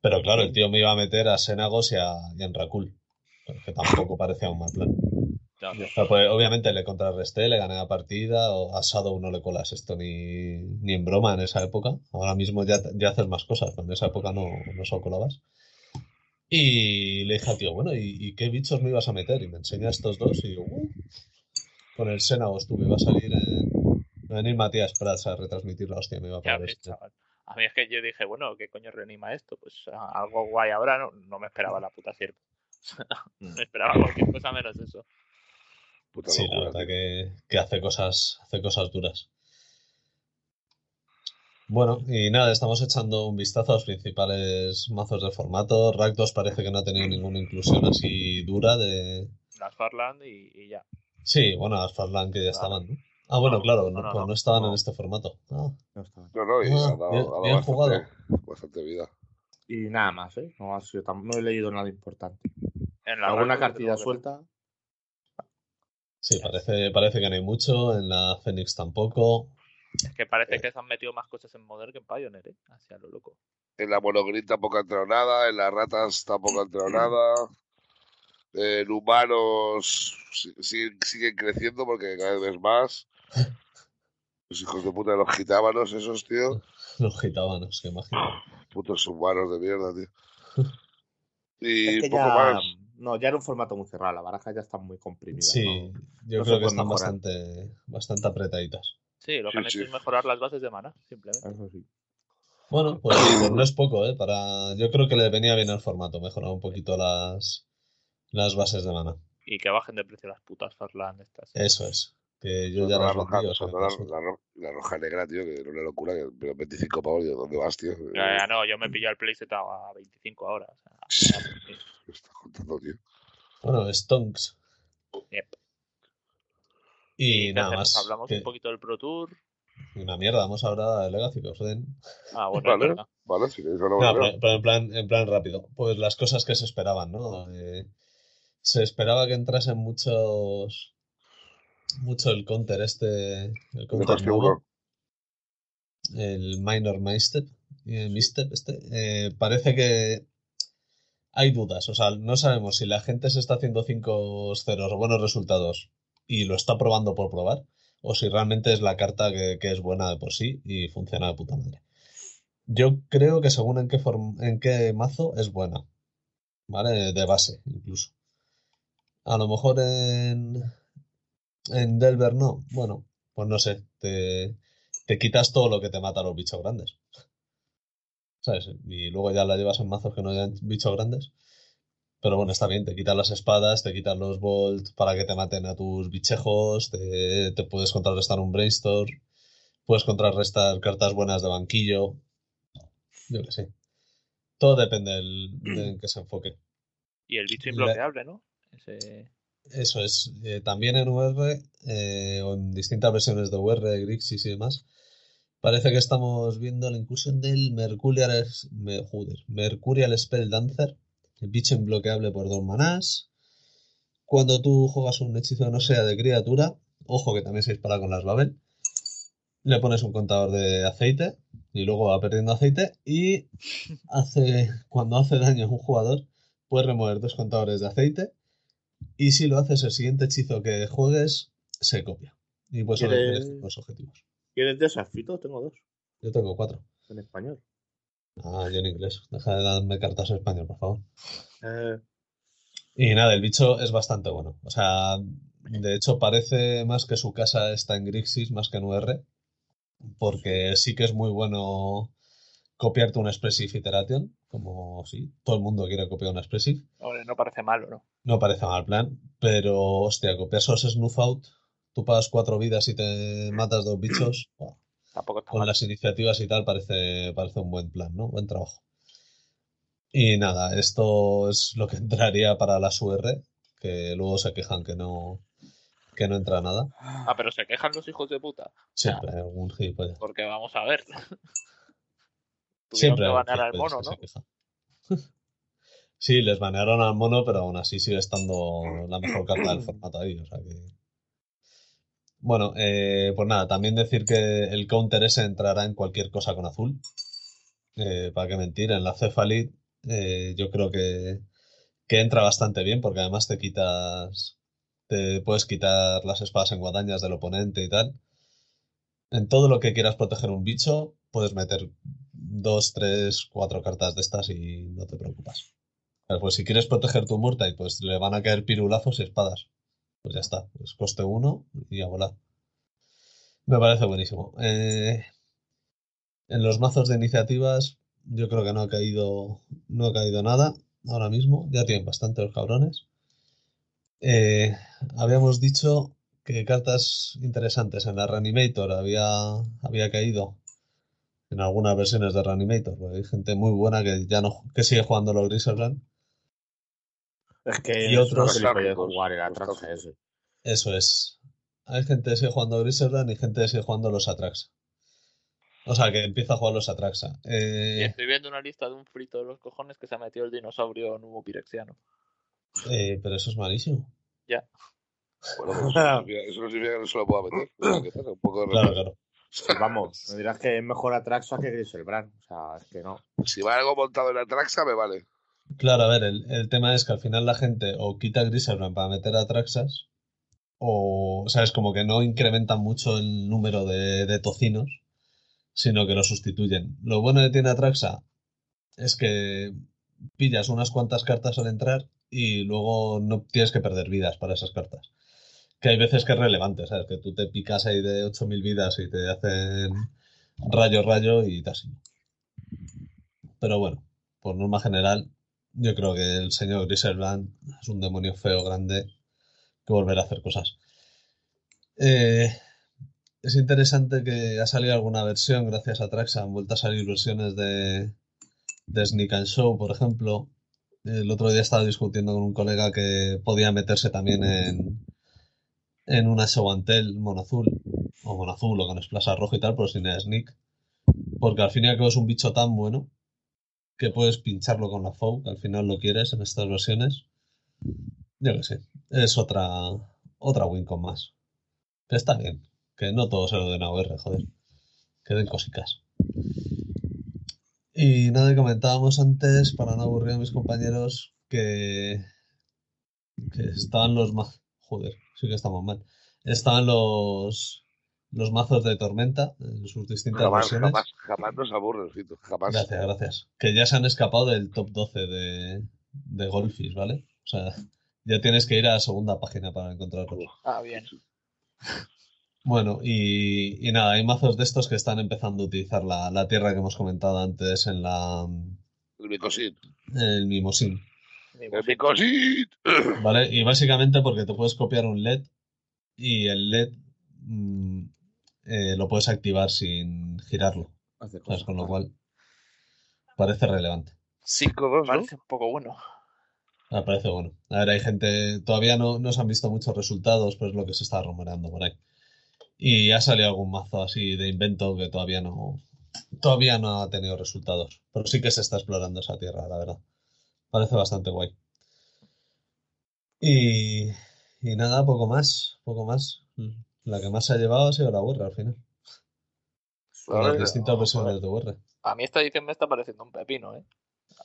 Speaker 4: Pero claro, el tío me iba a meter a Xenagos y a, y a Enrakul, pero que tampoco parecía un mal plan.
Speaker 5: No, no.
Speaker 4: Pero, pues, obviamente le contrarresté, le gané la partida, o a Shadow no le colas esto ni, ni en broma en esa época. Ahora mismo ya, ya haces más cosas, pero en esa época no, no se lo colabas. Y le dije al tío, bueno, ¿y, y qué bichos me ibas a meter? Y me enseña estos dos y yo, "Uh". con el Senagos tú me iba a salir en... Me va a venir Matías Prats a retransmitir la hostia, me iba a este.
Speaker 5: Ya
Speaker 4: pagar
Speaker 5: ves,
Speaker 4: esto.
Speaker 5: chaval. A mí es que yo dije, bueno, ¿qué coño reanima esto? Pues ah, algo guay ahora, no, no me esperaba la puta sierva. me esperaba cualquier cosa menos eso.
Speaker 3: Puta
Speaker 4: Sí, la
Speaker 3: locura,
Speaker 4: verdad
Speaker 3: tío.
Speaker 4: que, que hace cosas, hace cosas duras. Bueno, y nada, estamos echando un vistazo a los principales mazos de formato. Rakdos parece que no ha tenido ninguna inclusión así dura de.
Speaker 5: Las Farland y, y ya.
Speaker 4: Sí, bueno, las Farland que ya
Speaker 5: Claro.
Speaker 4: estaban, ¿no? Ah, bueno,
Speaker 5: No,
Speaker 4: claro,
Speaker 5: no,
Speaker 4: no,
Speaker 5: no,
Speaker 4: pues
Speaker 5: no,
Speaker 4: no estaban en
Speaker 5: no.
Speaker 4: este formato. Ah,
Speaker 6: no estaba.
Speaker 3: No, no, y
Speaker 4: Ah,
Speaker 3: ha dado,
Speaker 4: bien-
Speaker 3: ha dado
Speaker 4: bien
Speaker 3: bastante, bastante vida.
Speaker 6: Y nada más, ¿eh? No, ha sido tam- no he leído nada importante.
Speaker 5: En la
Speaker 6: Alguna
Speaker 5: Rakdos yo
Speaker 6: cartilla
Speaker 5: creo que-
Speaker 6: suelta.
Speaker 4: sí, parece, parece que no hay mucho. En la Fénix tampoco.
Speaker 5: Es que parece que se han metido más cosas en Modern que en Pioneer, ¿eh? Hacia lo loco.
Speaker 3: En la monogreen tampoco ha entrado nada, en las ratas tampoco ha entrado nada. Eh, En humanos si- siguen, siguen creciendo porque cada vez ves más. Los hijos de puta de los gitábanos, esos, tío.
Speaker 4: Los gitábanos, que imagino.
Speaker 3: Putos humanos de mierda, tío. Y
Speaker 6: Es que
Speaker 3: poco
Speaker 6: ya-
Speaker 3: más.
Speaker 6: No, ya era un formato muy cerrado. La baraja ya está muy comprimida.
Speaker 4: Sí,
Speaker 6: ¿no?
Speaker 4: yo creo que
Speaker 6: no se puede
Speaker 4: están
Speaker 6: mejorar.
Speaker 4: bastante, bastante apretaditas.
Speaker 5: Sí, lo que
Speaker 3: Sí,
Speaker 5: han hecho
Speaker 3: sí.
Speaker 5: es mejorar las bases de mana, simplemente.
Speaker 6: Eso sí.
Speaker 4: Bueno, pues, pues no es poco, ¿eh? Para... Yo creo que le venía bien al formato, mejorar un poquito las, las bases de mana.
Speaker 5: Y que bajen de precio las putas Farland estas. ¿eh?
Speaker 4: Eso es. Que yo
Speaker 3: Sobre
Speaker 4: ya
Speaker 3: todo la
Speaker 4: las
Speaker 3: roja,
Speaker 4: vendí, o sea,
Speaker 3: sobre todo
Speaker 4: que
Speaker 3: la,
Speaker 4: eso-
Speaker 3: la ro- la roja negra, tío, que era una locura, que pero 25 pavos, digo, ¿dónde vas, tío?
Speaker 5: Ya,
Speaker 4: Eh,
Speaker 5: ya, no, yo me pillo el playset a 25 ahora. o sea, pues, sí.
Speaker 3: ¿Qué estás contando, tío?
Speaker 4: Bueno, Stonks.
Speaker 5: Yep.
Speaker 4: Y
Speaker 5: ¿qué
Speaker 4: nada
Speaker 5: hacemos?
Speaker 4: más.
Speaker 5: Hablamos
Speaker 4: que-
Speaker 5: un poquito del Pro Tour.
Speaker 4: Una mierda, vamos ahora a Legacy que os den.
Speaker 5: Ah, bueno, es
Speaker 3: Vale.
Speaker 5: verdad.
Speaker 3: Vale, si queréis hablamos
Speaker 4: No,
Speaker 3: de nada.
Speaker 4: pero, pero en plan, en plan rápido. Pues las cosas que se esperaban, ¿no? Eh, se esperaba que entrasen muchos. Mucho el counter este. El counter
Speaker 3: Legacy
Speaker 4: nuevo.
Speaker 3: uno.
Speaker 4: El Minor Misstep. eh, misstep este. eh, parece que. Hay dudas, o sea, no sabemos si la gente se está haciendo 5 ceros o buenos resultados y lo está probando por probar, o si realmente es la carta que, que es buena de por sí y funciona de puta madre. Yo creo que según en qué, form- en qué mazo es buena, ¿vale? De base, incluso. A lo mejor en, en Delver no. Bueno, pues no sé, te, te quitas todo lo que te mata a los bichos grandes. ¿Sabes? Y luego ya la llevas en mazos que no hayan bichos grandes. Pero bueno, está bien, te quitas las espadas, te quitas los bolt para que te maten a tus bichejos, te, te puedes contrarrestar un brainstorm, puedes contrarrestar cartas buenas de banquillo. Yo que sé. Todo depende del, de en que se enfoque.
Speaker 5: Y el bicho
Speaker 4: La-
Speaker 5: imbloqueable, ¿no? Ese-
Speaker 4: Eso es. eh, también en VR, eh, o en distintas versiones de VR, Grixis y demás, parece que estamos viendo la inclusión del Mercurial, es- me- joder, Mercurial Spell Dancer, el bicho imbloqueable por dos manás. Cuando tú juegas un hechizo que no sea de criatura, ojo que también se dispara con las Babel, le pones un contador de aceite y luego va perdiendo aceite y hace, cuando hace daño a un jugador, puedes remover dos contadores de aceite. Y si lo haces el siguiente hechizo que juegues, se copia. Y pues solo
Speaker 6: ¿Quieres-
Speaker 4: tienes los objetivos.
Speaker 6: ¿Quieres de esas, Fito? Tengo dos.
Speaker 4: Yo tengo cuatro.
Speaker 6: En español.
Speaker 4: Ah, yo en inglés. Deja de darme cartas en español, por favor.
Speaker 6: Eh,
Speaker 4: Y nada, el bicho es bastante bueno. O sea, de hecho parece más que su casa está en Grixis más que en UR, porque sí que es muy bueno copiarte un Expressive Iteration, como si todo el mundo quiere copiar un Expressive.
Speaker 5: Hombre, no parece malo, ¿no?
Speaker 4: No parece mal plan, pero hostia, copiar esos Snuff Out, tú pagas cuatro vidas y te matas dos bichos, buah,
Speaker 5: Tampoco está
Speaker 4: con
Speaker 5: mal.
Speaker 4: las iniciativas y tal parece, parece un buen plan, ¿no? Buen trabajo. Y nada, esto es lo que entraría para las UR, que luego se quejan que no, que no entra nada.
Speaker 5: Ah, pero se quejan los hijos de puta.
Speaker 4: Siempre hay algún gilipollas.
Speaker 5: Porque vamos a ver. Tuvieron
Speaker 4: Siempre
Speaker 5: que
Speaker 4: hay algún
Speaker 5: banear al
Speaker 4: gilipollas
Speaker 5: mono,
Speaker 4: que
Speaker 5: ¿no?
Speaker 4: se queja. Sí, les banearon al mono, pero aún así sigue estando la mejor carta del formato ahí. O sea que... Bueno, eh, pues nada, también decir que el counter ese entrará en cualquier cosa con azul. Eh, ¿Para qué mentir? En la Cefalit eh, yo creo que, que entra bastante bien porque además te quitas... Te puedes quitar las espadas en guadañas del oponente y tal. En todo lo que quieras proteger un bicho, puedes meter dos, tres, cuatro cartas de estas y no te preocupas. Pero pues si quieres proteger tu Murta y pues le van a caer pirulazos y espadas. Pues ya está, pues coste uno y a volar. Me parece buenísimo. Eh, en los mazos de iniciativas, yo creo que no ha caído. No ha caído nada ahora mismo. Ya tienen bastante los cabrones. Eh, habíamos dicho que cartas interesantes en la Reanimator había, había caído en algunas versiones de Reanimator. porque hay gente muy buena que ya no que sigue jugando los Griselbrand.
Speaker 6: es que
Speaker 4: Y
Speaker 6: es
Speaker 4: otros-
Speaker 6: una gilipollez
Speaker 3: Los
Speaker 6: jugar el
Speaker 3: tacos.
Speaker 6: Atraxa ese.
Speaker 4: Eso es. Hay gente que sigue jugando Griselbrand y gente que sigue jugando los Atraxa. O sea, que empieza a jugar los Atraxa.
Speaker 5: Y
Speaker 4: Eh,
Speaker 5: estoy viendo una lista de un frito de los cojones que se ha metido el dinosaurio nuevo pirexiano.
Speaker 4: eh, pero eso es malísimo.
Speaker 3: Bueno, pues eso, no significa, eso no significa que no se lo pueda meter. Pero que pasa, un poco de
Speaker 4: Claro,
Speaker 3: respeto.
Speaker 4: claro.
Speaker 6: Pues vamos, me dirás que es mejor Atraxa que Griselbrand. O sea, es que no.
Speaker 3: Si va algo montado en la traxa, me vale.
Speaker 4: Claro, a ver, el, el tema es que al final la gente o quita Griselbrand para meter Atraxas, o, sabes, como que no incrementan mucho el número de, de tocinos, sino que lo sustituyen. Lo bueno que tiene Atraxa es que pillas unas cuantas cartas al entrar y luego no tienes que perder vidas para esas cartas. Que hay veces que es relevante, ¿sabes? Que tú te picas ahí de 8.000 vidas y te hacen rayo, rayo y te has ido. Pero bueno, por norma general, yo creo que el señor Griselbrand es un demonio feo grande que volverá a hacer cosas. Eh, es interesante que ha salido alguna versión, gracias a Traxa, han vuelto a salir versiones de, de Sneak and Show, por ejemplo. El otro día estaba discutiendo con un colega que podía meterse también en, en una Show and Tell mono azul, o mono azul, o con esplaza rojo y tal, pero sin el Sneak. Porque al fin y al cabo es un bicho tan bueno que puedes pincharlo con la FOU, que al final lo quieres en estas versiones. Yo qué sé, es otra, otra Wincom más. Que está bien, que no todo se lo den a OR, joder. Que den cositas. Y nada, comentábamos antes, para no aburrir a mis compañeros, que, que estaban los más... Joder, sí que estamos mal. Estaban los, los mazos de tormenta en sus distintas
Speaker 3: Jamás,
Speaker 4: versiones.
Speaker 3: jamás, jamás nos aburres, Fito, jamás.
Speaker 4: Gracias, gracias. Que ya se han escapado del top 12 de, de Golfis, ¿vale? O sea, ya tienes que ir a la segunda página para encontrarlos.
Speaker 6: Ah, bien.
Speaker 4: Bueno, y, y nada, hay mazos de estos que están empezando a utilizar la, la tierra que hemos comentado antes en la
Speaker 3: El Micosit.
Speaker 4: el Mimosin,
Speaker 3: El Micosit.
Speaker 4: ¿vale? Y básicamente porque te puedes copiar un LED y el LED mm, eh, lo puedes activar sin girarlo,
Speaker 6: Hace
Speaker 4: ¿sabes?
Speaker 6: cosas.
Speaker 4: Pues Con lo cual parece relevante.
Speaker 3: 5-2, ¿no?
Speaker 5: Parece un poco bueno.
Speaker 4: Me Ah, parece bueno. A ver, hay gente, todavía no, no se han visto muchos resultados, pero es lo que se está rumoreando por ahí. Y ha salido algún mazo así de invento que todavía no, todavía no ha tenido resultados. Pero sí que se está explorando esa tierra, la verdad. Parece bastante guay. Y, y nada, poco más, poco más. Mm. La que más se ha llevado ha sido la burra al final. Con
Speaker 3: Ahora
Speaker 4: las
Speaker 3: ya-
Speaker 4: distintas versiones de burra.
Speaker 5: A mí esta edición me está pareciendo un pepino, ¿eh?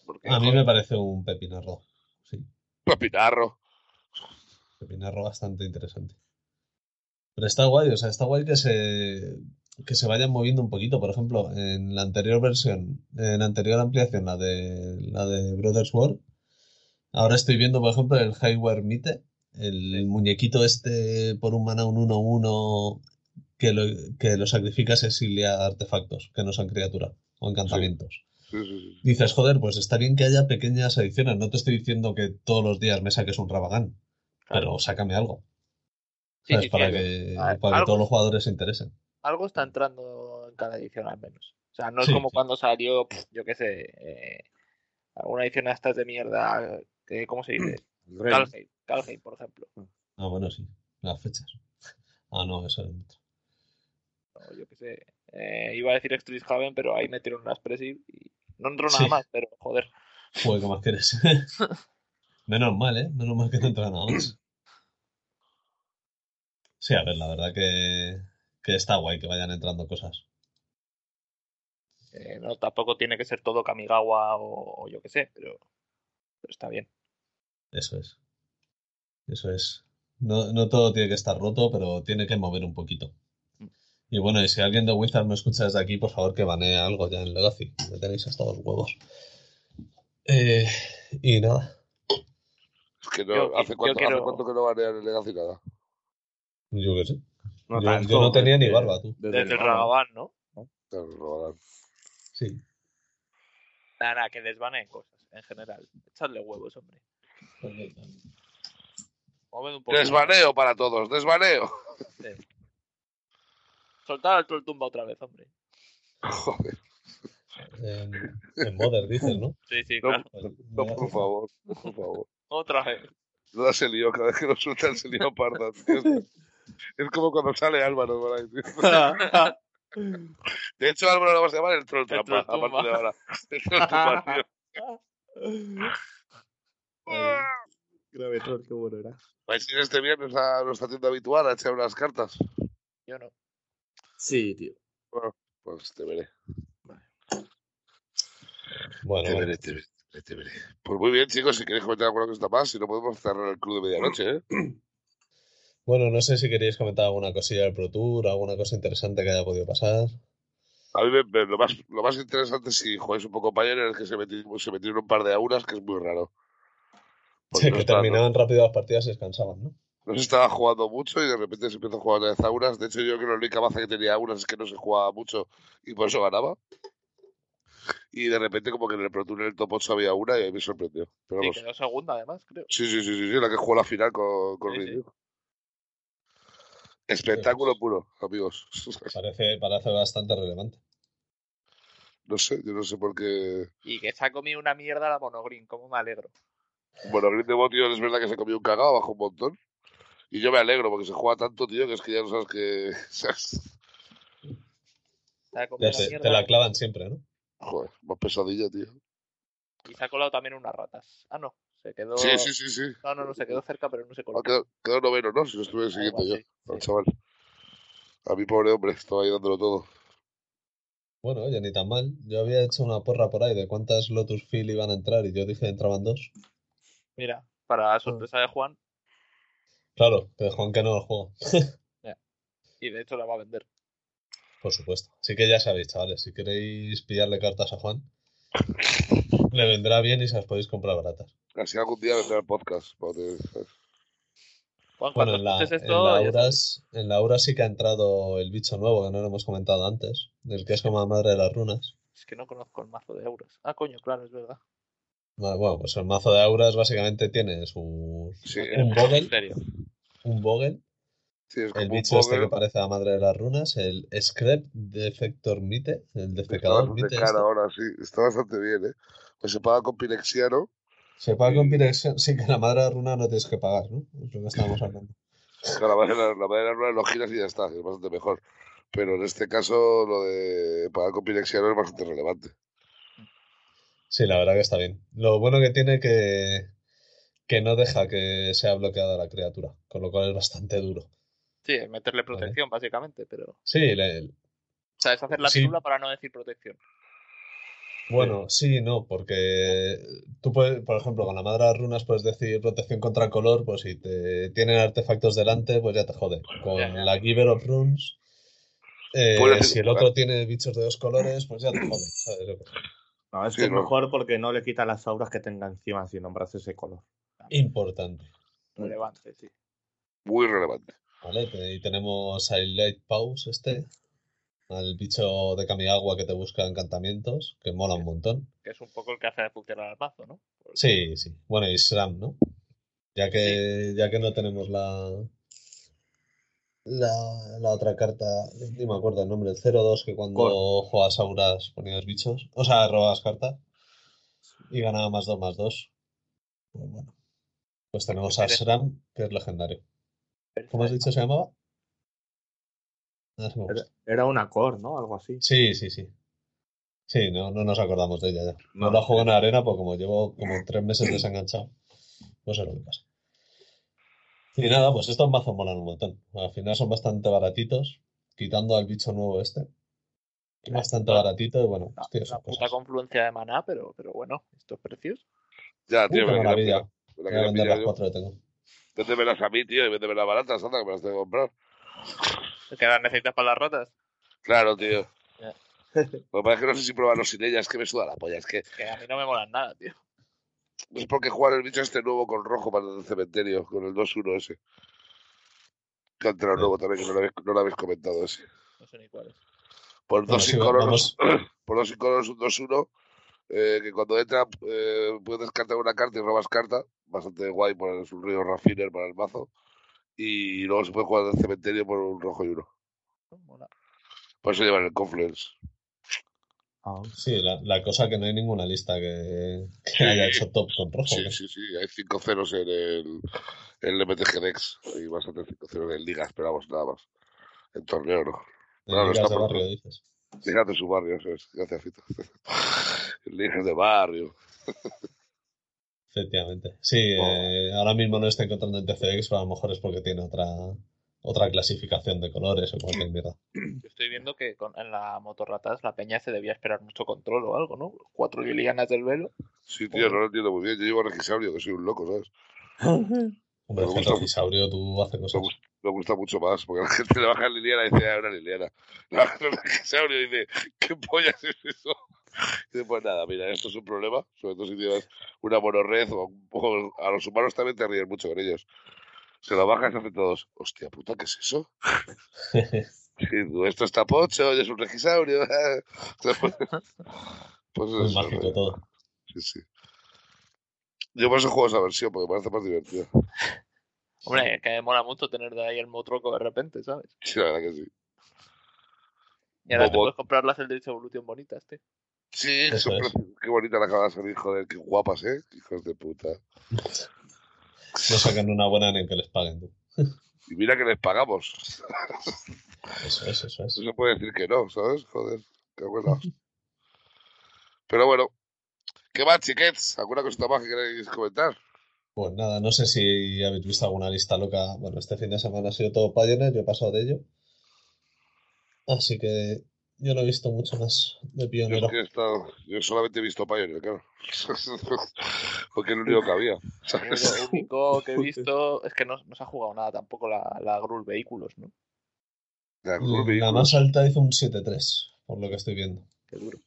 Speaker 5: Porque,
Speaker 4: A mí
Speaker 5: joder,
Speaker 4: me parece un pepinarro. Sí.
Speaker 3: Papinarro.
Speaker 4: Pepinarro bastante interesante. Pero está guay, o sea, está guay que se, que se vayan moviendo un poquito. Por ejemplo, en la anterior versión, en la anterior ampliación, la de, la de Brothers War, ahora estoy viendo, por ejemplo, el Highware Mite, el, muñequito este por un mana, un 1-1, que lo, que lo sacrificas exilia artefactos, que no son criatura o encantamientos.
Speaker 3: Sí, sí, sí.
Speaker 4: Dices, joder, pues está bien que haya pequeñas adiciones. No te estoy diciendo que todos los días me saques un Rabagán, pero sácame algo.
Speaker 5: Sí,
Speaker 4: ¿sabes? Pues
Speaker 5: sí, sí,
Speaker 4: para,
Speaker 5: hay-
Speaker 4: que,
Speaker 5: a ver,
Speaker 4: para que
Speaker 5: algo-
Speaker 4: todos los jugadores se interesen.
Speaker 5: algo está entrando en cada edición al menos. O sea, no es
Speaker 4: Sí,
Speaker 5: como
Speaker 4: sí.
Speaker 5: cuando salió, pf, yo qué sé, eh, alguna edición de estas de mierda, que, ¿cómo se dice? Calheim, Calheim, por ejemplo.
Speaker 4: Ah, bueno, sí. Las fechas. Ah, no, eso es otro.
Speaker 5: O yo qué sé, eh, iba a decir Extrude Haven, pero ahí metieron las Presiv y no entró nada
Speaker 4: Sí.
Speaker 5: más, pero joder.
Speaker 4: Joder, ¿qué más quieres? Menos mal, ¿eh? Menos mal que no entra nada más. Sí, a ver, la verdad que, que está guay que vayan entrando cosas.
Speaker 5: eh, no, tampoco tiene que ser todo Kamigawa o, o yo qué sé, pero, pero está bien.
Speaker 4: Eso es. Eso es. No, no todo tiene que estar roto, pero tiene que mover un poquito.
Speaker 3: Mm.
Speaker 4: Y bueno, y si alguien de Wizard me escucha desde aquí, por favor que banee algo ya en Legacy. Me tenéis hasta los huevos. Eh, y nada.
Speaker 3: Es que no,
Speaker 5: Yo-
Speaker 3: hace,
Speaker 5: yo
Speaker 3: cuánto,
Speaker 5: quiero-
Speaker 3: hace cuánto que no banean el Legacy nada.
Speaker 4: Yo qué sé.
Speaker 6: No
Speaker 4: Yo-
Speaker 6: tanto,
Speaker 4: yo no tenía ni
Speaker 6: desde-
Speaker 4: barba, tú.
Speaker 5: Desde el
Speaker 6: Ragabá.
Speaker 5: Ragavan, ¿no?
Speaker 3: Te lo robarán.
Speaker 4: Sí.
Speaker 5: Nada, nada, que desvaneen cosas en general. Echadle huevos, hombre. Moved un poco.
Speaker 3: Desvaneo para todos, desvaneo.
Speaker 5: Soltad al troll tumba otra vez, hombre.
Speaker 3: Joder,
Speaker 4: En, en Modern dices, ¿no?
Speaker 5: Sí, sí,
Speaker 3: No,
Speaker 5: claro.
Speaker 4: Pues,
Speaker 3: no,
Speaker 4: mira,
Speaker 3: por favor, por favor.
Speaker 5: Otra vez.
Speaker 3: No se lío, cada vez que nos sueltan se lío parda. tío. Es como cuando sale Álvaro por ahí, tío. De hecho, Álvaro lo vamos a llamar el troll trampa, a
Speaker 5: troll tumba.
Speaker 3: partir de ahora. El troll tumba, tío.
Speaker 6: Grave error, qué bueno era.
Speaker 3: Vais a ir este viernes a nuestra tienda habitual a echar unas cartas.
Speaker 5: Yo no.
Speaker 6: Sí, tío.
Speaker 3: Pues te veré,
Speaker 4: Bueno,
Speaker 3: te
Speaker 4: bueno.
Speaker 3: veré, te veré, te veré, te veré. Pues muy bien, chicos, si queréis comentar alguna cosa más, si no podemos cerrar el club de medianoche, ¿eh?
Speaker 4: Bueno, no sé si queréis comentar alguna cosilla del Pro Tour, alguna cosa interesante que haya podido pasar.
Speaker 3: A mí me- me- lo, más, lo más interesante, si jugáis un poco Pioneer, es que se metieron, se metieron un par de auras, que es muy raro. Porque Pues
Speaker 4: Sí,
Speaker 3: no
Speaker 4: que
Speaker 3: estaba-
Speaker 4: terminaban rápido las partidas y descansaban, ¿no?
Speaker 3: no se estaba jugando mucho y de repente se empezó a jugar otra vez auras. De hecho, yo creo que la única baza que tenía auras es que no se jugaba mucho y por eso ganaba. Y de repente, como que en el Pro Tour en el top 8 había una y ahí me sorprendió. Pero
Speaker 5: Sí,
Speaker 3: vamos,
Speaker 5: quedó segunda, además, creo.
Speaker 3: sí, sí, sí, sí, sí, la que jugó la final con, con
Speaker 5: Sí, sí.
Speaker 3: Rindu. Espectáculo puro, amigos.
Speaker 4: Parece, parece bastante relevante.
Speaker 3: no sé, yo no sé por qué.
Speaker 5: Y que se ha comido una mierda la monogreen, como me alegro.
Speaker 3: Bueno, Green Devil, tío, es verdad que se comió un cagado, bajó un montón. Y yo me alegro porque se juega tanto, tío, que es que ya no sabes que. sabes,
Speaker 5: Se ha comido
Speaker 4: Ya
Speaker 5: una
Speaker 4: te,
Speaker 5: mierda
Speaker 4: te la clavan siempre, ¿no?
Speaker 3: Joder, más pesadilla, tío.
Speaker 5: y se ha colado también unas ratas. Ah, no. Se quedó.
Speaker 3: Sí, sí, Ah, sí, sí.
Speaker 5: No, no, no, se quedó cerca, pero no se coló.
Speaker 3: Ha quedado, quedado noveno, ¿no? Si lo estuve siguiendo
Speaker 5: igual,
Speaker 3: yo,
Speaker 5: sí,
Speaker 3: al
Speaker 5: sí.
Speaker 3: chaval. A mi pobre hombre, estaba ahí dándolo todo.
Speaker 4: Bueno, oye, ni tan mal. Yo había hecho una porra por ahí de cuántas Lotus Field iban a entrar y yo dije que entraban dos.
Speaker 5: Mira,
Speaker 4: Ah.
Speaker 5: para sorpresa de Juan,
Speaker 4: Claro, pero Juan que no el juego.
Speaker 5: y de hecho la va a vender.
Speaker 4: Por supuesto. Así que ya sabéis, chavales, si queréis pillarle cartas a Juan, le vendrá bien y se las podéis comprar baratas.
Speaker 3: Así algún día vendrá el podcast. para que-
Speaker 5: Juan,
Speaker 4: Bueno,
Speaker 5: cuando
Speaker 4: en la,
Speaker 5: escuches
Speaker 4: en,
Speaker 5: Pues esto,
Speaker 4: la
Speaker 5: ya
Speaker 4: Auras, en la Auras sí que ha entrado el bicho nuevo, que no lo hemos comentado antes, del que es como la madre de las runas.
Speaker 5: es que no conozco el mazo de euros. Ah, coño, claro, es verdad.
Speaker 4: Bueno, bueno, pues el mazo de Auras básicamente tiene sus
Speaker 3: Sí,
Speaker 4: un Vogel,
Speaker 5: En serio.
Speaker 4: un Vogel,
Speaker 3: sí, es como
Speaker 4: el
Speaker 3: un
Speaker 4: bicho este que
Speaker 3: poker
Speaker 4: parece la madre de las runas, el Screp Defector Mite, el
Speaker 3: que está
Speaker 4: defecador
Speaker 3: bastante
Speaker 4: Mite.
Speaker 3: cara
Speaker 4: este.
Speaker 3: ahora, sí. Está bastante bien, ¿eh? Pues se paga con Pirexiano.
Speaker 4: Se paga con dirección, sí que la madre de las runas no tienes que pagar, ¿no? Es lo que estábamos hablando.
Speaker 3: Claro, la madera, la madera no lo giras y ya está, es bastante mejor. Pero en este caso, lo de pagar con Pirexiano es bastante relevante.
Speaker 4: Sí, la verdad que está bien. Lo bueno que tiene que, que no deja que sea bloqueada la criatura, con lo cual es bastante duro.
Speaker 5: Sí, es meterle protección, básicamente, pero. O
Speaker 4: Sí, le-
Speaker 5: sea, es hacer la
Speaker 4: Sí.
Speaker 5: pirula para no decir protección.
Speaker 4: Bueno, sí, no, porque tú puedes, por ejemplo, con la madre de las runas puedes decir protección contra color, pues si te tienen artefactos delante, pues ya te jode. Con
Speaker 5: ya, ya.
Speaker 4: la Giver of Runes, eh,
Speaker 3: Puedes decir-
Speaker 4: si el otro tiene bichos de dos colores, pues ya te jode. ¿sabes? Yo qué sé.
Speaker 6: No, es
Speaker 3: Sí,
Speaker 6: que es
Speaker 3: no.
Speaker 6: mejor porque no le quita las auras que tenga encima si nombras ese color.
Speaker 4: Importante,
Speaker 5: Relevante, sí.
Speaker 3: Muy relevante.
Speaker 4: ¿vale? Te- Y tenemos al Light Pause este, al bicho de Kamigawa que te busca encantamientos, que mola un montón.
Speaker 5: Que es un poco el que hace de putelar al mazo, ¿no?
Speaker 4: Sí, sí. Bueno, y SRAM, ¿no? Ya que, ya que no tenemos la, la, la otra carta, ni me acuerdo el nombre, el 0-2, que cuando jugabas Auras ponías bichos, o sea, robabas cartas y ganaba más 2 más 2. Pues bueno. Pues tenemos a
Speaker 5: Eres-
Speaker 4: SRAM, que es legendario. ¿Cómo has dicho se llamaba? Ah, se me
Speaker 6: Era,
Speaker 4: gusta.
Speaker 6: era un acor, ¿no? Algo así.
Speaker 4: Sí, sí, sí. Sí, no, no nos acordamos de ella ya. No
Speaker 6: No.
Speaker 4: la juego en la arena porque como llevo como tres meses desenganchado, no sé lo que pasa. Y nada, pues estos mazos molan un montón. Al final son bastante baratitos, quitando al bicho nuevo este. Bastante baratito y bueno,
Speaker 5: Una,
Speaker 4: pues tiene sus
Speaker 5: una puta
Speaker 4: cosas.
Speaker 5: confluencia de maná, pero, pero bueno, estos precios.
Speaker 3: Ya,
Speaker 4: Uy,
Speaker 3: tío,
Speaker 4: qué
Speaker 3: me la quería
Speaker 4: maravilla.
Speaker 3: pillar, me la
Speaker 4: Voy a
Speaker 3: quería
Speaker 4: vender
Speaker 3: pillar
Speaker 4: las
Speaker 3: yo.
Speaker 4: cuatro que tengo.
Speaker 3: Véndemelas a mí, tío, y véndemelas baratas, anda, que me las tengo que comprar.
Speaker 5: Que las necesitas para las ratas.
Speaker 3: Claro, tío.
Speaker 5: Ya.
Speaker 3: Lo que pasa es que no sé si probarlo sin ella, es que me suda la polla. Es que
Speaker 5: Que a mí no me molan nada, tío.
Speaker 3: es porque jugar el bicho este nuevo con rojo para el cementerio, con el 2-1 ese. Que ha entrado nuevo también, que no lo habéis, no lo habéis comentado ese.
Speaker 5: No sé ni cuáles.
Speaker 3: Por
Speaker 4: Bueno,
Speaker 3: dos
Speaker 4: sí,
Speaker 3: incoloros, por dos incoloros, un 2-1, eh, que cuando entra eh, puedes descartar una carta y robas carta. Bastante guay, por es un río Raffiner para el mazo. Y luego se puede jugar al cementerio por un rojo y uno.
Speaker 5: No mola.
Speaker 3: Por eso llevan el Confluence.
Speaker 6: Ah,
Speaker 4: Sí, la, la cosa que no hay ninguna lista que, que haya hecho top con rojo.
Speaker 3: Sí,
Speaker 4: ¿no?
Speaker 3: sí, sí, hay 5 ceros en el, en el MTG Dex y vas a tener 5 ceros en ligas, pero vamos, nada más. En torneo no.
Speaker 4: En
Speaker 3: Claro,
Speaker 4: ligas
Speaker 3: está
Speaker 4: de
Speaker 3: por-
Speaker 4: barrio, dices.
Speaker 3: Ligas de su barrio, eso es. Gracias, Fito. En ligas de barrio.
Speaker 4: Efectivamente. Sí, eh, ahora mismo no está encontrando en TCX, pero a lo mejor es porque tiene otra, otra clasificación de colores o cualquier mierda.
Speaker 5: Yo estoy viendo que con, en la motorratas la peña se debía esperar mucho control o algo, ¿no? Cuatro lilianas del velo.
Speaker 3: Sí, tío, no lo entiendo muy bien. Yo llevo Regisaurio, que soy un loco, ¿sabes?
Speaker 4: Hombre,
Speaker 3: Me
Speaker 4: es que el
Speaker 3: gusta.
Speaker 4: Rafisaurio tú hace
Speaker 3: Me
Speaker 4: cosas.
Speaker 3: gusta, me gusta mucho más, porque la gente le baja Liliana y dice, ah, una Liliana. Le baja el Regisaurio y dice, ¿qué pollas es eso? Y dice, pues nada, mira, esto es un problema, sobre todo si tienes una monorred o, o- a los humanos también te ríes mucho con ellos. Se lo bajas y hacen todos, hostia puta, ¿qué es eso? Y tú, esto está pocho, y es un regisaurio. pues
Speaker 4: Muy
Speaker 3: eso,
Speaker 4: mágico
Speaker 3: ¿no?
Speaker 4: todo.
Speaker 3: sí, sí. Yo por eso juego esa versión, porque me parece más divertida.
Speaker 5: Hombre, que mola mucho tener de ahí el motroco de repente, ¿sabes?
Speaker 3: Sí, la verdad que sí.
Speaker 5: Y ahora te
Speaker 3: Bobo.
Speaker 5: puedes comprar las Eldritch Evolution bonitas, tío.
Speaker 3: Sí,
Speaker 4: Eso
Speaker 3: son
Speaker 4: es.
Speaker 3: precios. qué bonita la acaba de salir, joder, qué guapas, ¿eh? Hijos de puta.
Speaker 4: No sacan una buena ni que les paguen. tú.
Speaker 3: Y mira que les pagamos.
Speaker 4: Eso es, eso es.
Speaker 3: No se puede decir que no, ¿sabes? Joder, qué buena. Pero bueno, ¿qué más, chiquets? ¿Alguna cosita más que queréis comentar?
Speaker 4: Pues nada, no sé si habéis visto alguna lista loca. Bueno, este fin de semana ha sido todo Pioneer, yo he pasado de ello. Así que yo no he visto mucho más de
Speaker 3: Yo, es
Speaker 4: Pionero.
Speaker 3: que he estado- yo solamente he visto Pioneer, claro. Porque es lo único que había.
Speaker 5: Yo
Speaker 3: ¿sabes?
Speaker 5: Lo único que he visto es que no, no se ha jugado nada tampoco la, la Grul Vehículos, ¿no?
Speaker 3: La Ruby,
Speaker 4: La más alta hizo un 7-3, por lo que estoy viendo.
Speaker 5: Qué duro.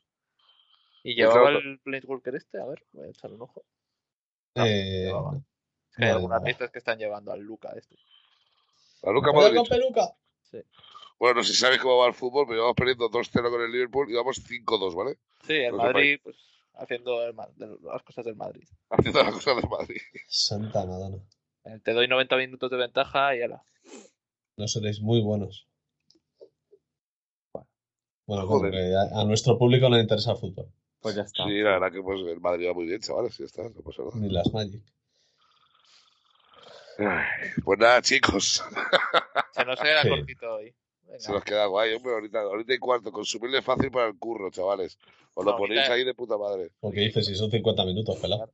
Speaker 5: ¿Y
Speaker 3: Yo
Speaker 5: llevaba
Speaker 3: creo
Speaker 5: el Blade Walker este? A ver, voy a echar un ojo. No,
Speaker 4: Eh,
Speaker 5: llevaba. Es que hay
Speaker 4: no
Speaker 5: algunas
Speaker 4: llevaba.
Speaker 5: pistas que están llevando al Luca este.
Speaker 3: la Luca
Speaker 4: ¡Cuidado
Speaker 3: Modric.
Speaker 4: con peluca!
Speaker 3: Bueno, no sé si sabéis cómo va el fútbol, pero vamos perdiendo 2-0 con el Liverpool y vamos 5-2, ¿vale?
Speaker 5: Sí, el
Speaker 3: Lo que
Speaker 5: Madrid, pues haciendo el Ma- de las cosas del Madrid.
Speaker 3: Haciendo las cosas de Madrid.
Speaker 4: Santa Madonna.
Speaker 5: Eh, Te doy 90 minutos de ventaja y ala.
Speaker 4: No seréis muy buenos. Bueno, como
Speaker 3: Joder.
Speaker 4: que a, a nuestro público no le interesa el fútbol,
Speaker 6: Pues ya está.
Speaker 3: Sí, la verdad que pues, el Madrid va muy bien, chavales, sí está, no pasa nada.
Speaker 4: ni las Magic.
Speaker 3: Ay, Pues neda, chicos,
Speaker 5: Se nos queda
Speaker 4: Sí.
Speaker 5: cortito hoy. Venga.
Speaker 3: se nos queda guay, hombre, ahorita, ahorita y cuarto, consumirle fácil para el curro, chavales. Os lo
Speaker 5: No,
Speaker 3: ponéis
Speaker 5: mira.
Speaker 3: ahí de puta madre.
Speaker 4: Porque dices, si son 50 minutos, pelado.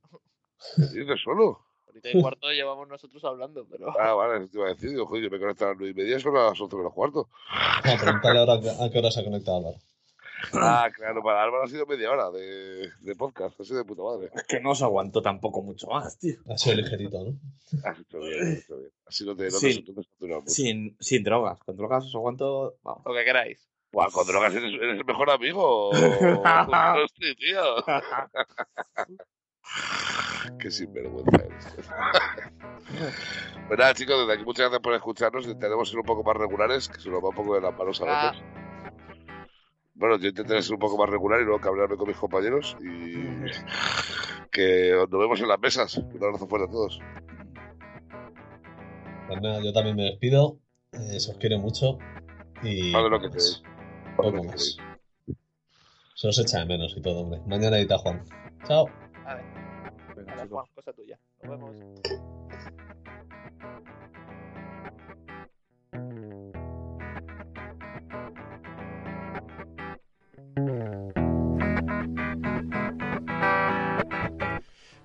Speaker 3: ¿Qué dices solo?
Speaker 5: Ahorita y cuarto llevamos nosotros hablando, pero
Speaker 3: Ah, vale, eso te iba a decir, digo, joder, yo me conecto a las 9 y media, son las 11 menos cuarto.
Speaker 4: Ah, pregúntale ahora a- a qué hora se ha conectado Álvaro.
Speaker 3: Ah, claro, para Álvaro ha sido media hora de, de podcast, ha sido de puta madre.
Speaker 6: Es que no se aguantó tampoco mucho más, tío.
Speaker 4: Ha sido ligerito, ¿no?
Speaker 3: Has hecho bien, has hecho bien. Así no te, no te-
Speaker 6: Sí.
Speaker 3: no te saturas mucho.
Speaker 6: Sin, sin drogas. Con drogas os aguanto. Vamos.
Speaker 5: lo que queráis.
Speaker 3: Buah, con drogas eres, eres el mejor amigo. Hostia, tío. Qué sinvergüenza eres. pues nada, chicos, desde aquí muchas gracias por escucharnos. Intentaremos ser un poco más regulares, que se nos va un poco de las manos a veces. Bueno, yo intentaré ser un poco más regular y luego cabrearme con mis compañeros. Y que nos vemos en las mesas. Un abrazo fuerte a todos.
Speaker 4: Pues nada, yo también me despido. Eh, se os quiere mucho. Y.
Speaker 3: Vale, lo que
Speaker 4: poco
Speaker 3: queréis.
Speaker 4: más.
Speaker 3: Vale, lo
Speaker 4: Poco
Speaker 3: que
Speaker 4: más. Se os echa de menos y todo, hombre. Mañana edita Juan. Chao.
Speaker 6: Venga,
Speaker 5: Ahora,
Speaker 6: chicos.
Speaker 5: Juan, cosa tuya. Nos vemos.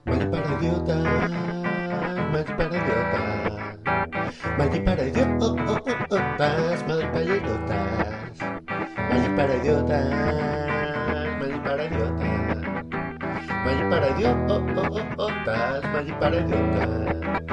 Speaker 2: Mal para idiota, mal para idiota, mal para idiotas, mal para idiotas, mal para idiotas, mal para idiotas, mal para idiotas, mal para idiotas.